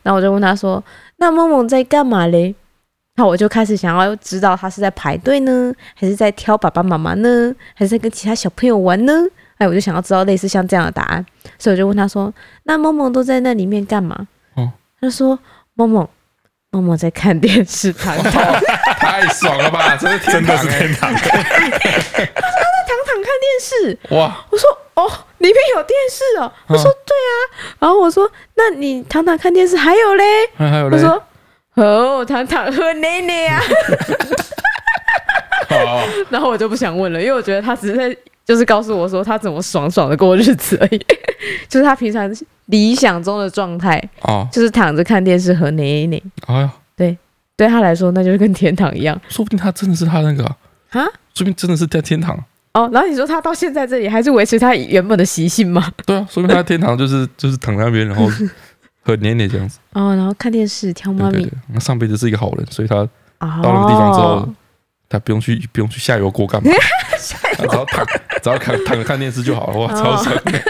Speaker 1: 然后我就问他说：“那梦梦在干嘛嘞？”那我就开始想要知道他是在排队呢，还是在挑爸爸妈妈呢，还是在跟其他小朋友玩呢？哎，我就想要知道类似像这样的答案，所以我就问他说：“那梦梦都在那里面干嘛？”
Speaker 2: 哦，
Speaker 1: 他就说：“梦梦，梦梦在看电视台。” 堂堂
Speaker 2: 太爽了 吧！真的
Speaker 3: 真
Speaker 2: 真
Speaker 3: 的是天堂，
Speaker 1: 看电视，
Speaker 2: 哇！
Speaker 1: 我说哦，里面有电视哦。他
Speaker 2: 嗯
Speaker 1: 说对啊，然后我说那你躺躺看电视，还有嘞？
Speaker 2: 还有
Speaker 1: 他
Speaker 2: 嘞，
Speaker 1: 说哦，躺躺喝奶奶 啊。
Speaker 2: 好
Speaker 1: 然后我就不想问了，因为我觉得他只是在就是告诉我说他怎么爽爽的过日子而已， 就是他平常理想中的状态，
Speaker 2: 哦，
Speaker 1: 就是躺着看电视和奶奶。
Speaker 2: 哎呀，
Speaker 1: 对他来说，那就是跟天堂一样
Speaker 2: 说不定他真的是他那个啊，
Speaker 1: 啊。
Speaker 2: 说不定真的是在天堂。
Speaker 1: 哦，然后你说他到现在这里还是维持他原本的习性吗？
Speaker 2: 对啊，说明他在天堂就是 就是躺在那边，然后和黏黏这样子。
Speaker 1: 哦，然后看电视挑
Speaker 2: 对
Speaker 1: 妈
Speaker 2: 对
Speaker 1: 咪
Speaker 2: 对，那上辈子是一个好人，所以他
Speaker 1: 啊，
Speaker 2: 到那个地方之后
Speaker 1: 哦，
Speaker 2: 他不用去不用去下油锅 干嘛，他只要躺只要躺躺着看电视就好了，哇，
Speaker 1: 哦
Speaker 2: 超 爽的！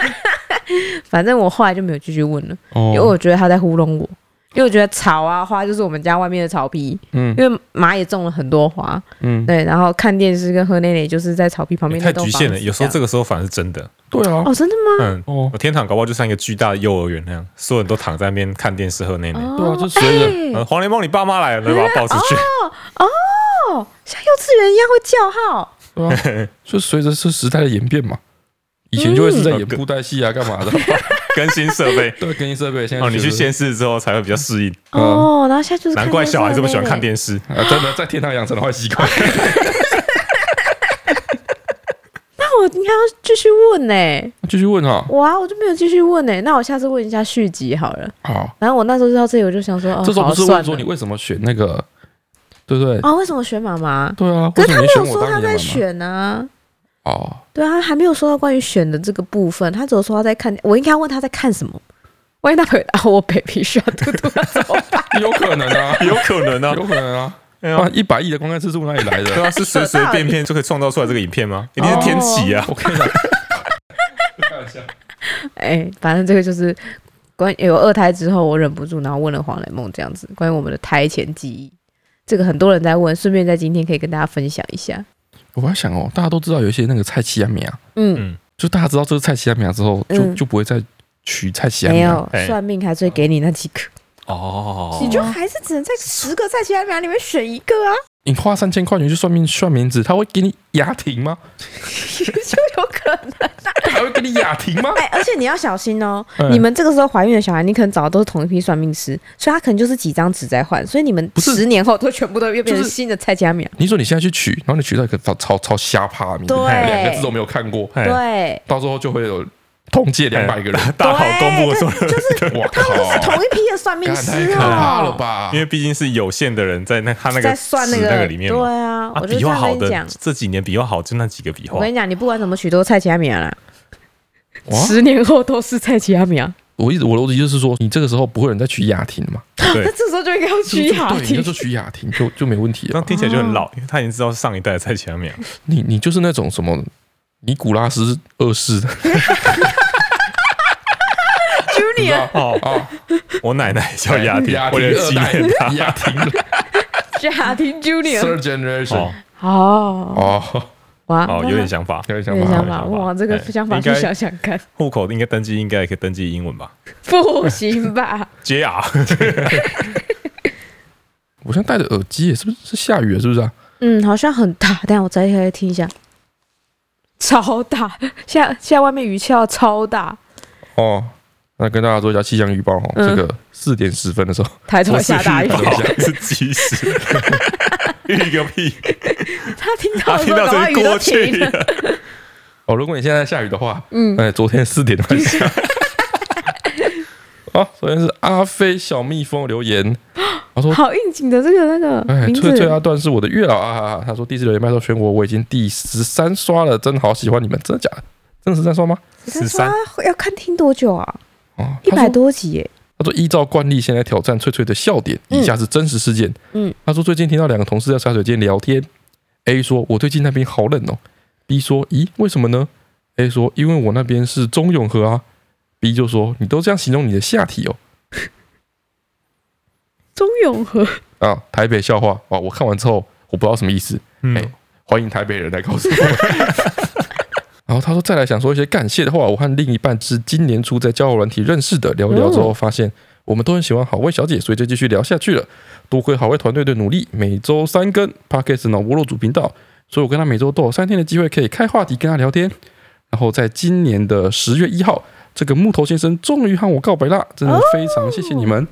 Speaker 1: 反正我后来就没有继续问了。因为
Speaker 2: 哦，
Speaker 1: 我觉得他在糊弄我，因为我觉得草啊花就是我们家外面的草皮，
Speaker 2: 嗯
Speaker 1: 因为马也种了很多花，
Speaker 2: 嗯，
Speaker 1: 对，然后看电视跟喝奶奶就是在草皮旁边
Speaker 3: 太
Speaker 1: 那栋
Speaker 3: 局
Speaker 1: 房子
Speaker 3: 限了。有时候
Speaker 1: 这
Speaker 3: 这个时候反而是真的，
Speaker 2: 对啊
Speaker 1: 样，哦，真的吗？
Speaker 3: 嗯，
Speaker 2: 哦
Speaker 3: 我天堂搞不好就像一个巨大的幼儿园那样，所有人都躺在那边看电视喝奶奶。
Speaker 2: 对啊，就
Speaker 1: 哎
Speaker 2: 随着
Speaker 3: 呃黄连梦，你爸妈来了，来把他抱出去。
Speaker 2: 嗯
Speaker 1: 哦，像幼稚园一样会叫号，
Speaker 2: 对啊，就随着是时代的演变嘛。以前就会是在演布袋戏啊，干嘛的？
Speaker 1: 嗯
Speaker 3: 更新设备
Speaker 2: 对，更新设备现在
Speaker 3: 哦，你去
Speaker 2: 先
Speaker 3: 县市之后才会比较适应。
Speaker 2: 啊，
Speaker 1: 哦，然后现在就是
Speaker 3: 难怪小孩这么喜欢看
Speaker 1: 视
Speaker 3: 电视。
Speaker 2: 啊真的在天堂养成的坏 习惯。
Speaker 1: 和奶奶。那我应该要继续问呢、
Speaker 2: 继续问哈，
Speaker 1: 哇，我就没有继续问呢、那我下次问一下续集好了。
Speaker 2: 好，
Speaker 1: 然后我那时候知道这里，我就想说，哦，
Speaker 2: 这时候
Speaker 1: 好
Speaker 2: 不是
Speaker 1: 算
Speaker 2: 问说你
Speaker 1: 了
Speaker 2: 为什么选那个，对不对？
Speaker 1: 哦，为什么选妈妈？
Speaker 2: 对啊，
Speaker 1: 可
Speaker 2: 为
Speaker 1: 是
Speaker 2: 什
Speaker 1: 他没
Speaker 2: 么你
Speaker 1: 有
Speaker 2: 选我
Speaker 1: 说
Speaker 2: 当
Speaker 1: 他
Speaker 2: 你
Speaker 1: 在
Speaker 2: 的妈妈？
Speaker 1: 选啊。
Speaker 2: 哦，
Speaker 1: 对啊，他还没有说到关于选的这个部分，他只有说他在看，我应该问他在看什么。万一他回答我 baby 需要嘟嘟，
Speaker 2: 有可能啊，
Speaker 3: 有可能啊
Speaker 2: 有，可能啊，
Speaker 3: 哎呀
Speaker 2: 哇，一百亿的观看次数哪里来
Speaker 3: 对
Speaker 2: 的？
Speaker 3: 啊，是随随便便就可以创造出来这个影片吗？一定是天启啊！
Speaker 2: 我跟你讲，开玩笑，
Speaker 1: 哎，反正这个就是关有二胎之后，我忍不住然后问了黄雷梦这样子，关于我们的胎前记忆，这个很多人在问，顺便在今天可以跟大家分享一下。
Speaker 2: 我在想哦，大家都知道有一些那个菜奇亚米亚，
Speaker 1: 嗯，
Speaker 2: 啊就大家知道这是菜奇亚米亚之后，就
Speaker 1: 嗯
Speaker 2: 就不会再取菜奇亚米
Speaker 1: 没
Speaker 2: 亚。
Speaker 1: 有
Speaker 3: 哎
Speaker 1: 算命还是会给你那几个，
Speaker 3: 哦
Speaker 1: 你就还是只能在十个在其他秒里面选一个啊，
Speaker 2: 你花三千块钱去算命算名字，他会给你雅婷吗？
Speaker 1: 就有可能。
Speaker 2: 他会给你雅婷吗？
Speaker 1: 哎，而且你要小心哦，
Speaker 2: 嗯
Speaker 1: 你们这个时候怀孕的小孩，你可能找的都是同一批算命师，所以他可能就是几张纸在换，所以你们
Speaker 2: 是
Speaker 1: 十年后都全部都又变成
Speaker 2: 就是
Speaker 1: 新的蔡佳苗。
Speaker 2: 你说你现在去取，然后你取到一个超超超瞎趴的名字，
Speaker 1: 对
Speaker 2: 两个字都没有看过，
Speaker 3: 哎
Speaker 1: 对，
Speaker 2: 到时候就会有通借两百个 人，
Speaker 3: 大好公布说，
Speaker 1: 就是
Speaker 2: 我
Speaker 1: 他们都是
Speaker 2: 靠，
Speaker 1: 同一批的算命
Speaker 2: 干太
Speaker 1: 师
Speaker 2: 可怕了
Speaker 1: 哦，
Speaker 2: 吧
Speaker 3: 因？为毕竟是有限的人在那他那个
Speaker 1: 在算
Speaker 3: 纸
Speaker 1: 个
Speaker 3: 那个里面
Speaker 1: 对
Speaker 3: 嘛。
Speaker 1: 啊，
Speaker 3: 啊，
Speaker 1: 我就
Speaker 3: 笔
Speaker 1: 这
Speaker 3: 画
Speaker 1: 样
Speaker 3: 好
Speaker 1: 跟你
Speaker 3: 的
Speaker 1: 讲。
Speaker 3: 这几年笔画好就那几个笔
Speaker 1: 我
Speaker 3: 画
Speaker 1: 跟，你讲，你不管怎么取都是蔡佳苗啦，
Speaker 2: 哇
Speaker 1: 十年后都是蔡佳苗。
Speaker 2: 我一直我的逻辑就是说，你这个时候不会有人再取雅婷了嘛？
Speaker 1: 那
Speaker 3: 对，
Speaker 1: 这时候就应该要取雅
Speaker 2: 对，你
Speaker 1: 婷
Speaker 2: 就，取雅婷就就没问题
Speaker 3: 那
Speaker 2: 了。
Speaker 3: 听起来就很老，因为他已经知道是上一代的蔡奇 亚米亚。
Speaker 2: 你你就是那种什么尼古拉斯二世的
Speaker 1: Junior
Speaker 3: 哦，
Speaker 2: 啊，
Speaker 3: 我奶奶叫雅婷，
Speaker 2: 雅
Speaker 3: 我
Speaker 2: 婷
Speaker 3: 的哦
Speaker 2: 二
Speaker 3: 纪
Speaker 2: 代
Speaker 3: 念 她。
Speaker 2: 雅婷
Speaker 1: 雅婷 Junior，
Speaker 2: third generation
Speaker 3: 哦
Speaker 1: 哦
Speaker 2: 哦，
Speaker 1: 哇，
Speaker 3: 哦，有点想法。
Speaker 2: 有点
Speaker 1: 有
Speaker 2: 想
Speaker 1: 点
Speaker 2: 法
Speaker 1: 想法，
Speaker 2: 了。
Speaker 3: 有点想法
Speaker 1: 哇，这个
Speaker 3: 哎
Speaker 1: 想法
Speaker 3: 应
Speaker 1: 去
Speaker 3: 该
Speaker 1: 想想看，
Speaker 3: 户口应该登记，应该也可以登记英文吧
Speaker 1: 不行吧？
Speaker 3: ？JR
Speaker 2: 我现在戴着耳机耶，是不是是下雨了？是不是啊？
Speaker 1: 嗯，好像很大，等一下我摘下来听一下， 超大！现在现在外面雨下超大，
Speaker 2: 哦，那跟大家做一下气象预报哦。
Speaker 1: 嗯
Speaker 2: 这个四点十分的时候，
Speaker 1: 台中下大雨，
Speaker 3: 不
Speaker 2: 等一下
Speaker 3: 是 即时，预个屁！
Speaker 1: 他听到
Speaker 3: 他
Speaker 1: 的
Speaker 3: 听
Speaker 1: 时候，
Speaker 3: 到
Speaker 1: 搞不好雨都
Speaker 3: 这是 过去
Speaker 1: 停了。
Speaker 3: 的，
Speaker 2: 哦，如果你现在下雨的话，嗯，哎，昨天四点快下。 好，首先是阿飞小蜜蜂留言，他说
Speaker 1: 好应景的这个那个
Speaker 2: 哎，
Speaker 1: 名
Speaker 2: 翠翠
Speaker 1: 字，
Speaker 2: 阿段是我的月老啊哈哈！他说第四留言麦到全国，我已经第十三刷了，真好喜欢你们，真的假的？真的是在刷吗？
Speaker 1: 他说
Speaker 3: 13
Speaker 1: 他要看听多久啊？
Speaker 2: 哦，
Speaker 1: 一
Speaker 2: 他
Speaker 1: 百
Speaker 2: 说
Speaker 1: 多集耶，
Speaker 2: 他说依照惯例，先来挑战翠翠的笑点，以下是真实事件。
Speaker 5: 嗯，
Speaker 2: 他说最近听到两个同事在茶水间聊天，A 说我最近那边好冷哦，B 说咦为什么呢？A 说因为我那边是中永和啊，B 就说你都这样形容你的下体哦
Speaker 1: 钟永 和，
Speaker 2: 啊，台北笑话啊，我看完之后我不知道什么意思，
Speaker 3: 嗯，
Speaker 2: 欢迎台北人来告诉我。 然后他说，再来想说一些感谢的话。我和另一半是今年初在交友软体认识的，聊一聊之后发现我们都很喜欢好味小姐，所以就继续聊下去了。多亏好味团队的努力，每周三更 Pockets 脑波肉主频道，所以我跟他每周都有三天的机会可以开话题跟他聊天。然后在今年的十月一号，这个木头先生终于和我告白啦，真的非常谢谢你们。哦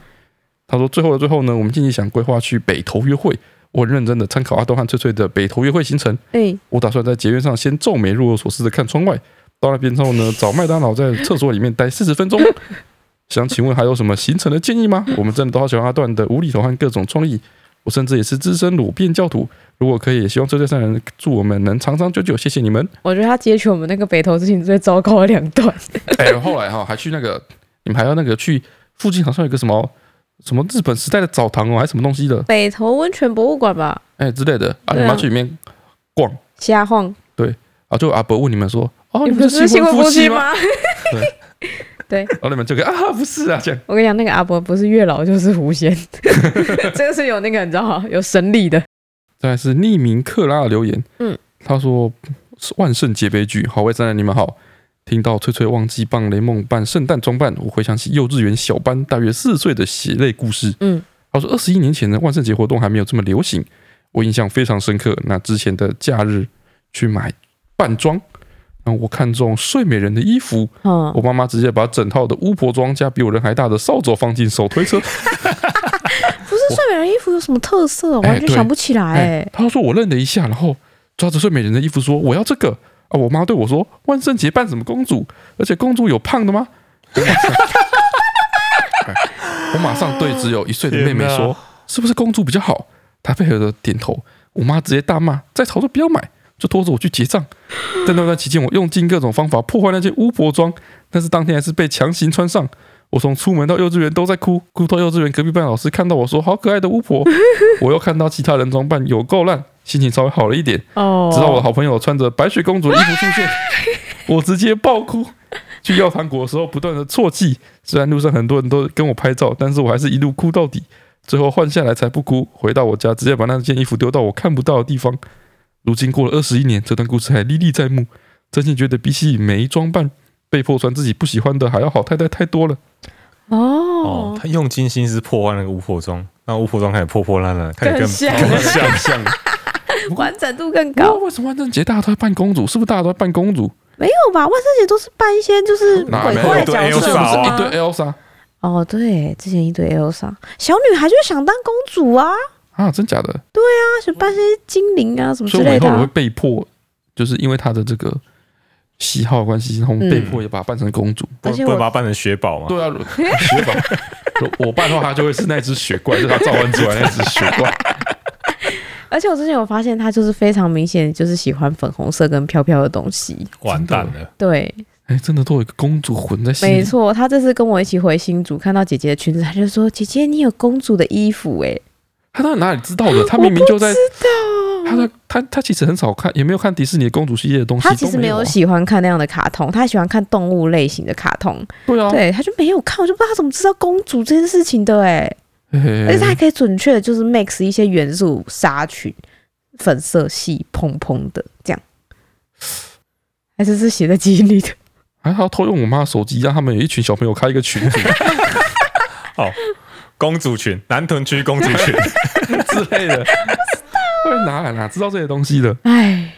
Speaker 2: 他说，最后的最后呢，我们近期想规划去北投约会，我很认真的参考阿东和翠翠的北投约会行程。
Speaker 1: 哎，
Speaker 2: 我打算在捷运上先皱眉若有所思的看窗外，到那边之后呢，找麦当劳在厕所里面待四十分钟。 想请问还有什么行程的建议吗？我们真的都好喜欢阿段的无厘头和各种创意，我甚至也是资深裸变教徒。如果可以，也希望这对三人祝我们能长长久久。谢谢你们。
Speaker 1: 我觉得他截取我们那个北投之行最糟糕的两段，
Speaker 2: 哎、后来哈、还去那个，你们还要那个去附近好像有个什么什么日本时代的澡堂哦，还是什么东西的，
Speaker 1: 北投温泉博物馆吧，
Speaker 2: 哎、之类的啊，你
Speaker 1: 对啊
Speaker 2: 们要去里面逛
Speaker 1: 瞎晃，
Speaker 2: 啊，就阿伯问你们说，哦，
Speaker 1: 你
Speaker 2: 你
Speaker 1: 不
Speaker 2: 们
Speaker 1: 是
Speaker 2: 新
Speaker 1: 新
Speaker 2: 婚
Speaker 1: 婚
Speaker 2: 夫
Speaker 1: 夫
Speaker 2: 妻
Speaker 1: 妻
Speaker 2: 吗？
Speaker 1: 吗？
Speaker 2: 然后你们就跟啊，不是啊，这样。
Speaker 1: 我跟你讲，那个阿伯不是月老就是狐仙， 这个是有那个你知道吗？有神力的。
Speaker 2: 再来是匿名克拉的留言，
Speaker 5: 嗯，
Speaker 2: 他说是万圣节悲剧，好，外三人你们好，听到翠翠忘记帮雷梦办圣诞装扮，我回想起幼稚园小班大约四岁的血泪故事，
Speaker 5: 嗯，
Speaker 2: 他说二十一年前的万圣节活动还没有这么流行，我印象非常深刻。那之前的假日去买扮装，然后我看中睡美人的衣服，
Speaker 5: 嗯，
Speaker 2: 我妈妈直接把整套的巫婆装加比我人还大的扫帚放进手推车，
Speaker 5: 不是睡美人衣服有什么特色？我
Speaker 2: 哎
Speaker 5: 完全
Speaker 2: 对
Speaker 5: 想不起来、欸
Speaker 2: 哎、他说我愣了一下，然后抓着睡美人的衣服说：“我要这个。”啊，我妈对我说：“万圣节扮什么公主？而且公主有胖的 吗？”哎我马上对只有一岁的妹妹
Speaker 3: 天
Speaker 2: 说
Speaker 3: 哪：“
Speaker 2: 是不是公主比较好？”她配合的点头。我妈直接大骂：“在潮州不要买！”就拖着我去结账。在那段期间，我用尽各种方法破坏那件巫婆装，但是当天还是被强行穿上。我从出门到幼稚园都在哭，哭到幼稚园隔壁班老师看到我说：“好可爱的巫婆！”我又看到其他人装扮有够烂，心情稍微好了一点。
Speaker 1: 哦，
Speaker 2: 直到我的好朋友穿着白雪公主的衣服出现，我直接爆哭。去要糖果的时候，不断的啜泣。虽然路上很多人都跟我拍照，但是我还是一路哭到底。最后换下来才不哭。回到我家，直接把那件衣服丢到我看不到的地方。如今过了二十一年，这段故事还历历在目。真心觉得比起没装扮，被迫穿自己不喜欢的还要好太太太多了。
Speaker 3: 哦
Speaker 1: 哦，，
Speaker 3: 他用尽心思破坏那个巫婆妆，那巫婆妆开始破破烂烂，开始
Speaker 1: 更
Speaker 3: 更
Speaker 1: 像
Speaker 3: 更像像了。
Speaker 1: 完整度更
Speaker 2: 不知道
Speaker 1: 高。
Speaker 2: 为什么万圣节大家都在扮公主？是不是大家都在扮公主？
Speaker 5: 没有吧？万圣节都是扮一些就是
Speaker 2: 哪
Speaker 5: 鬼
Speaker 2: 没有
Speaker 5: 怪角
Speaker 1: 哎
Speaker 3: 对
Speaker 5: 色，不是
Speaker 3: Elsa 啊
Speaker 5: 吗
Speaker 2: 一？堆 Elsa
Speaker 5: 哦，对，之前一堆 Elsa 小女孩就想当公主啊，
Speaker 2: 啊，真假的？
Speaker 5: 她想扮些精灵啊什
Speaker 1: 嗯
Speaker 5: 么之
Speaker 2: 所以我
Speaker 5: 类
Speaker 2: 以
Speaker 5: 的
Speaker 2: 后
Speaker 5: 啊、
Speaker 2: 我会被迫，就是因为他的这个喜好的关系，然后被迫也把她扮成公主。
Speaker 3: 不
Speaker 5: 而且
Speaker 3: 能
Speaker 5: 我
Speaker 3: 不能把它扮成雪宝嘛？
Speaker 2: 嗯对啊，雪宝，我扮的话，他就会是那只雪怪，就是他召唤出来那只雪怪。
Speaker 1: 而且我之前有发现，他就是非常明显，就是喜欢粉红色跟飘飘的东西。
Speaker 3: 完蛋了，
Speaker 1: 对，
Speaker 2: 哎、真的都有一个公主魂在心
Speaker 1: 没
Speaker 2: 里。
Speaker 1: 错，他这次跟我一起回新竹，看到姐姐的裙子，他就说：“姐姐，你有公主的衣服哎、
Speaker 2: 他到底哪里知道的？他明明就在，他在他他其实很少看，也没有看迪士尼的公主系列的东西。
Speaker 1: 他其实
Speaker 2: 都没
Speaker 1: 没有
Speaker 2: 啊
Speaker 1: 喜欢看那样的卡通，他喜欢看动物类型的卡通。
Speaker 2: 对啊，
Speaker 1: 对，他就没有看，我就不知道他怎么知道公主这件事情的哎、而且他还
Speaker 2: 哎
Speaker 1: 可以准确的就是 mix 一些元素，纱裙、粉色系、蓬蓬的这样，还是是写在基因里的？
Speaker 2: 还好偷用我妈的手机，让他们有一群小朋友开一个群组
Speaker 3: 公主裙，南屯区公主裙，
Speaker 2: 之类的。不 知道，哪来哪知道这些东西的？
Speaker 1: 哎，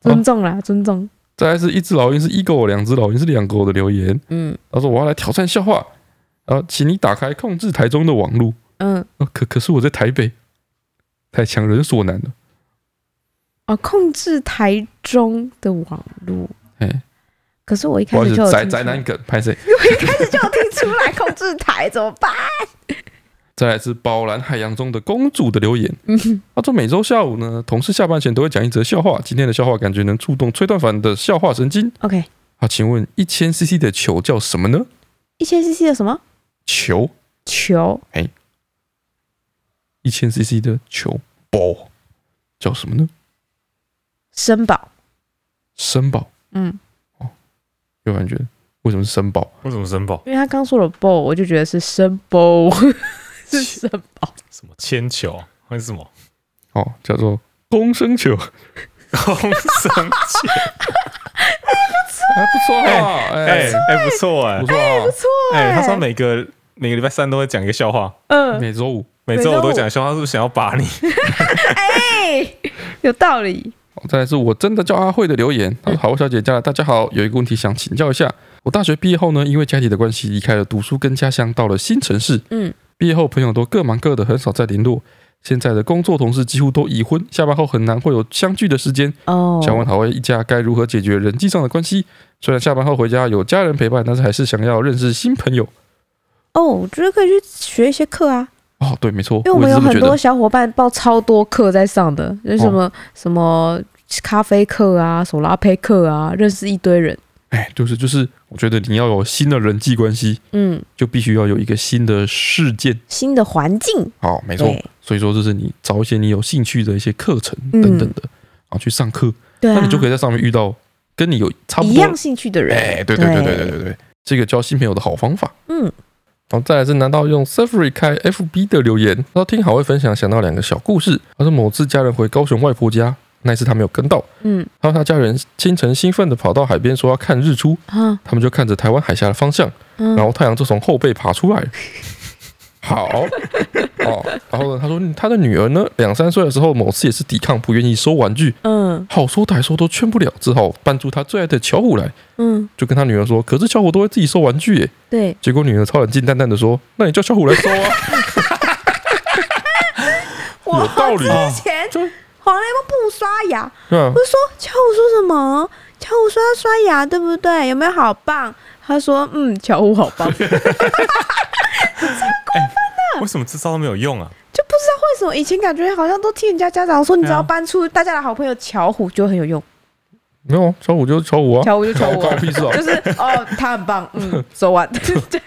Speaker 1: 尊重啦，尊重。
Speaker 2: 再来是一只老鹰是一狗，两只老鹰是两狗的留言。
Speaker 1: 嗯
Speaker 2: 他说我要来挑战笑话，然后请你打开控制台中的网络。
Speaker 1: 嗯，
Speaker 2: 呃可可是我在台北，太强人所难了。
Speaker 1: 哦，控制台中的网络。
Speaker 2: 哎，
Speaker 1: 可是我一开
Speaker 2: 我
Speaker 1: 始就有
Speaker 2: 是宅
Speaker 1: 听
Speaker 2: 宅
Speaker 1: 出
Speaker 2: 男梗，拍谁？
Speaker 1: 就有听出 来控制台怎么办？
Speaker 2: 再来是宝蓝海洋中的公主的留言，他说每周下午呢，同事下班前都会讲一则笑话，今天的笑话感觉能触动崔断凡的笑话神经
Speaker 1: OK，
Speaker 2: 啊。请问一千 CC 的球叫什么呢？
Speaker 1: 一千 CC 的什么
Speaker 2: 球，
Speaker 1: 球
Speaker 2: 一千 CC 的球 ball 叫什么呢？
Speaker 1: 绅宝？
Speaker 2: 绅宝。
Speaker 1: 嗯，
Speaker 2: 有感觉？为什么是绅宝？
Speaker 3: 为什么森宝
Speaker 1: 因为他刚说了 b o 我就觉得是绅 b o 是绅宝。
Speaker 3: 什么铅球还是什么
Speaker 2: 哦，叫做公生球，还
Speaker 3: 空生球？
Speaker 2: 不错啊，哎
Speaker 3: 哎，哎，不错哎
Speaker 2: 不，错啊，
Speaker 3: 哎，他说每个每个礼拜三都会讲一个笑话，
Speaker 1: 嗯，
Speaker 2: 每周五。
Speaker 3: 每周我都讲笑话，是不是想要把你？
Speaker 1: 哎有道理。
Speaker 2: 哦再来是我真的叫阿慧的留言，她说：“好，小姐家，大家好，有一个问题想请教一下。我大学毕业后呢，因为家里的关系，离开了读书跟家乡，到了新城市。
Speaker 1: 嗯，
Speaker 2: 毕业后朋友都各忙各的，很少再联络。现在的工作同事几乎都已婚，下班后很难会有相聚的时间。
Speaker 1: 哦
Speaker 2: 想问好慧一家该如何解决人际上的关系？虽然下班后回家有家人陪伴，但是还是想要认识新朋友。
Speaker 1: 哦，我觉得可以去学一些课啊，
Speaker 2: 哦，对，没错，
Speaker 1: 因为我们
Speaker 2: 也
Speaker 1: 有
Speaker 2: 是这么
Speaker 1: 很
Speaker 2: 觉
Speaker 1: 多
Speaker 2: 得。哦
Speaker 1: 小伙伴报超多课在上的，有什么、什么咖啡课啊、手拉胚课啊，认识一堆人。
Speaker 2: 哎，就是就是，我觉得你要有新的人际关系，
Speaker 1: 嗯，
Speaker 2: 就必须要有一个新的事件。
Speaker 1: 新的环境，
Speaker 2: 好，没错
Speaker 1: 对。
Speaker 2: 所以说，就是你找一些你有兴趣的一些课程
Speaker 1: 嗯
Speaker 2: 等等的，然后去上课，
Speaker 1: 对啊，
Speaker 2: 那你就可以在上面遇到跟你有差不
Speaker 1: 一
Speaker 2: 多。
Speaker 1: 样兴趣的人。
Speaker 2: 哎，对对对对对对对，这个交新朋友的好方法。
Speaker 1: 嗯，
Speaker 2: 然后再来是拿到用 Safari 开 FB 的留言，他听好会分享，想到两个小故事。他说某次家人回高雄外婆家，那一次他没有跟到，
Speaker 1: 嗯
Speaker 2: 他说他家人清晨兴奋的跑到海边说要看日出，
Speaker 1: 啊
Speaker 2: 他们就看着台湾海峡的方向，
Speaker 1: 嗯
Speaker 2: 然后太阳就从后背爬出来 了。好哦，然后呢？他说他的女儿呢，两三岁的时候，某次也是抵抗，不愿意收玩具，
Speaker 1: 嗯
Speaker 2: 好说歹说都劝不了，只好搬出他最爱的巧虎来，
Speaker 1: 嗯，
Speaker 2: 就跟他女儿说：“可是巧虎都会自己收玩具耶。
Speaker 1: 对”，
Speaker 2: 结果女儿超冷静淡淡的说：“那你叫巧虎来收啊。
Speaker 1: 我
Speaker 2: 有道理啊
Speaker 1: 之前黄雷波不刷牙，”
Speaker 2: 对啊
Speaker 1: 我，就说乔五说什么？乔五说要刷牙，对不对？有没有好棒？他说嗯，乔五好 棒。就
Speaker 3: 为什么这招都没有用啊？
Speaker 1: 不知道为什么以前感觉好像都听人家家长说，你只
Speaker 2: 啊
Speaker 1: 要搬出大家的好朋友巧虎就很有用，
Speaker 2: 没有啊巧虎就是巧虎啊，
Speaker 1: 巧虎就巧虎
Speaker 2: 关我
Speaker 1: 啊。
Speaker 2: 屁事啊
Speaker 1: 就！是哦，他很棒， 嗯，走 完，对，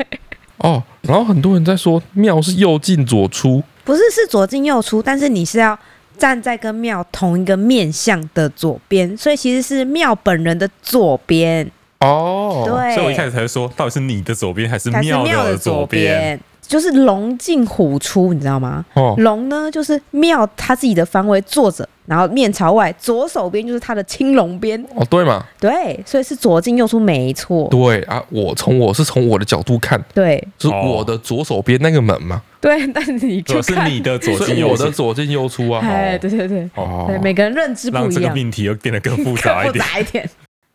Speaker 2: 哦，然后很多人在说庙是右进左出，
Speaker 1: 不是是左进右出，但是你是要站在跟庙同一个面向的左边，所以其实是庙本人的左边，
Speaker 2: 哦，
Speaker 1: 对，
Speaker 3: 所以我一开始才会说，到底是你的左边还是
Speaker 1: 才是
Speaker 3: 庙
Speaker 1: 哎庙
Speaker 3: 的
Speaker 1: 的左
Speaker 3: 边？
Speaker 1: 边，就是龙进虎出，你知道吗？
Speaker 2: 哦，
Speaker 1: 龙呢，就是庙他自己的方位坐着，然后面朝外，左手边就是他的青龙边，
Speaker 2: 哦，对嘛，
Speaker 1: 对，所以是左进右出，没错，
Speaker 2: 对啊，我从我是从我的角度看，
Speaker 1: 对
Speaker 2: 就是
Speaker 3: 哦
Speaker 2: 我的左手边那个门嘛，
Speaker 1: 对，但是你
Speaker 3: 主
Speaker 1: 就
Speaker 3: 要是
Speaker 1: 看，
Speaker 3: 你的左
Speaker 2: 所
Speaker 3: 进
Speaker 2: 以
Speaker 3: 右
Speaker 2: 我的
Speaker 3: 出，
Speaker 2: 左进右出啊。
Speaker 1: 哎，
Speaker 2: 哦
Speaker 1: 对对对，对，
Speaker 2: 哦，
Speaker 1: 每个人认知
Speaker 3: 让
Speaker 1: 不一
Speaker 3: 这个
Speaker 1: 样，
Speaker 3: 命题又变得更复杂一
Speaker 1: 复
Speaker 3: 点。
Speaker 1: 杂一点。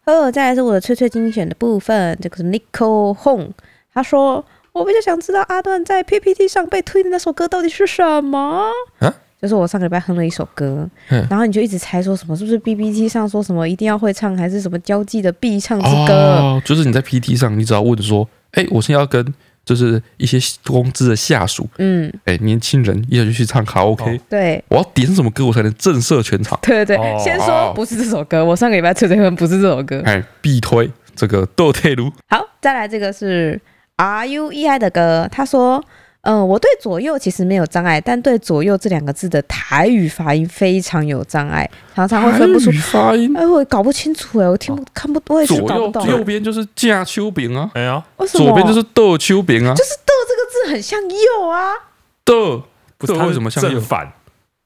Speaker 1: 呃，再来是我的翠翠精选的部分，这个是 Nico Hong，他说我比较想知道阿段在 PPT 上被推的那首歌到底是什么。
Speaker 2: 啊
Speaker 1: 就是我上个礼拜哼了一首歌，
Speaker 2: 嗯
Speaker 1: 然后你就一直猜说什么是不是 PPT 上说什么一定要会唱，还是什么交际的必唱之歌？
Speaker 2: 哦，就是你在 PT 上，你只要问说，哎，我现在要跟就是一些公司的下属，
Speaker 1: 嗯，
Speaker 2: 哎，年轻人一起去唱卡拉 OK，
Speaker 3: 哦
Speaker 1: 对。
Speaker 2: 我要点什么歌我才能震慑全场？
Speaker 1: 对对对，
Speaker 3: 哦
Speaker 1: 先
Speaker 2: 哦
Speaker 1: 说不是这首歌，我上个礼拜翠翠哼不是这首歌。
Speaker 2: 哎，必推这个豆退路，
Speaker 1: 好，再来这个是 R U E I 的歌，他说。嗯，我对左右其实没有障碍，但对左右这两个字的台语发音非常有障碍，常常会分不出
Speaker 2: 韩语，发音。
Speaker 1: 哎，我搞不清楚哎，我听不看不，我也
Speaker 2: 左
Speaker 1: 是搞不
Speaker 2: 右
Speaker 1: 懂，
Speaker 2: 右边就是架秋饼啊，
Speaker 3: 哎呀，
Speaker 1: 为什么？
Speaker 2: 左边就是豆秋饼啊
Speaker 1: 就，是“的”这个字很像“右”啊，
Speaker 2: 豆
Speaker 3: 不是
Speaker 2: 对
Speaker 3: 它
Speaker 2: 为
Speaker 3: 是
Speaker 2: 什么像右
Speaker 3: 正反？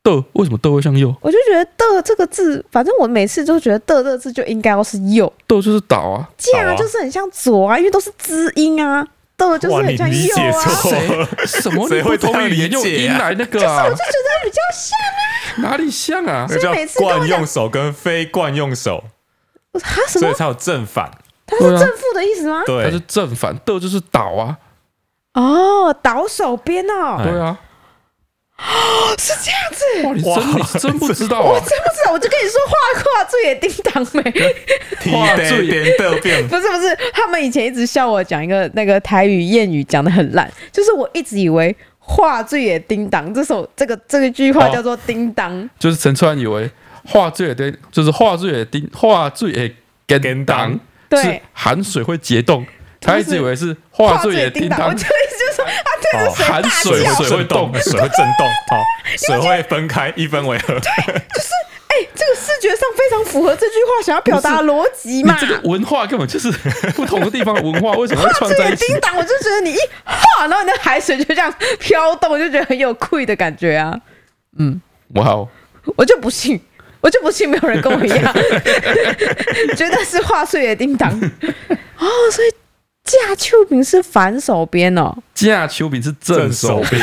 Speaker 2: 豆为什么豆会向右？
Speaker 1: 我就觉得“的”这个字，反正我每次都觉得“的”这个字就应该要是“右
Speaker 2: 豆就是倒啊”，，
Speaker 1: 架就是很像“左”啊，因为都是滋音啊，“的”就是
Speaker 3: 哇，你
Speaker 1: 很像“
Speaker 3: 理
Speaker 1: 右”
Speaker 3: 解
Speaker 1: 啊，
Speaker 3: 错了。
Speaker 2: 什么？
Speaker 3: 谁
Speaker 2: 你不
Speaker 3: 会这
Speaker 2: 同
Speaker 3: 样
Speaker 2: 语言
Speaker 3: 理
Speaker 2: 用
Speaker 3: 解
Speaker 2: 音
Speaker 3: 啊
Speaker 2: 来那个 啊
Speaker 1: 我就？觉得比较像
Speaker 2: 哪里像啊？
Speaker 3: 这叫
Speaker 1: 每次都
Speaker 3: 惯用手跟非惯用手，
Speaker 1: 我说哈什
Speaker 3: 所以
Speaker 1: 么？
Speaker 3: 才有正反。
Speaker 1: 它
Speaker 2: 对啊
Speaker 1: 是正负的意思吗？
Speaker 2: 它是
Speaker 3: 对，
Speaker 2: 正反，的就是倒啊，嗯
Speaker 1: 哦，倒手边哦，哦
Speaker 3: 哎
Speaker 2: 对啊，
Speaker 1: 是这样子，
Speaker 2: 哇，你
Speaker 3: 哇
Speaker 2: 真你是真不知道 啊！
Speaker 1: 真不知道，我就跟你说画画最也叮当没。
Speaker 3: 提
Speaker 2: 哇这
Speaker 3: 点点得变，
Speaker 1: 不是不是，他们以前一直笑我讲一个那个台语谚语讲的很烂，就是我一直以为“话最也叮当”这首这个这个句话
Speaker 2: 哦
Speaker 1: 叫做“叮当
Speaker 2: 就是陈川以为画最的，就是画最的丁，画最的跟
Speaker 3: 跟
Speaker 2: 当
Speaker 3: 当，
Speaker 1: 对
Speaker 2: 是含水会结冻，他一直以为是”，“画
Speaker 1: 话
Speaker 2: 最的叮
Speaker 1: 叮当”，我
Speaker 2: 当哦
Speaker 1: 就一，直说啊，对着
Speaker 2: 含水
Speaker 1: 水大叫，
Speaker 2: 水会动，
Speaker 3: 水会震动，好，水会分开，一分为二。
Speaker 1: 哎，这个视觉上非常符合这句话想要表达的逻辑
Speaker 2: 你
Speaker 1: 嘛。
Speaker 2: 这个文化根本就是不同的地方的文化为什么会
Speaker 1: 话
Speaker 2: 串
Speaker 1: 最
Speaker 2: 在
Speaker 1: 也
Speaker 2: 一起？
Speaker 1: 叮当，我就觉得你一画，然后你的海水就这样飘动，我就觉得很有愧的感觉啊。
Speaker 2: 哇哦！
Speaker 1: 我就不信，我就不信没有人跟我一样， 觉得是话碎也叮当哦，所以架秋饼是反手边哦。
Speaker 2: 架秋饼是 正手
Speaker 3: 边，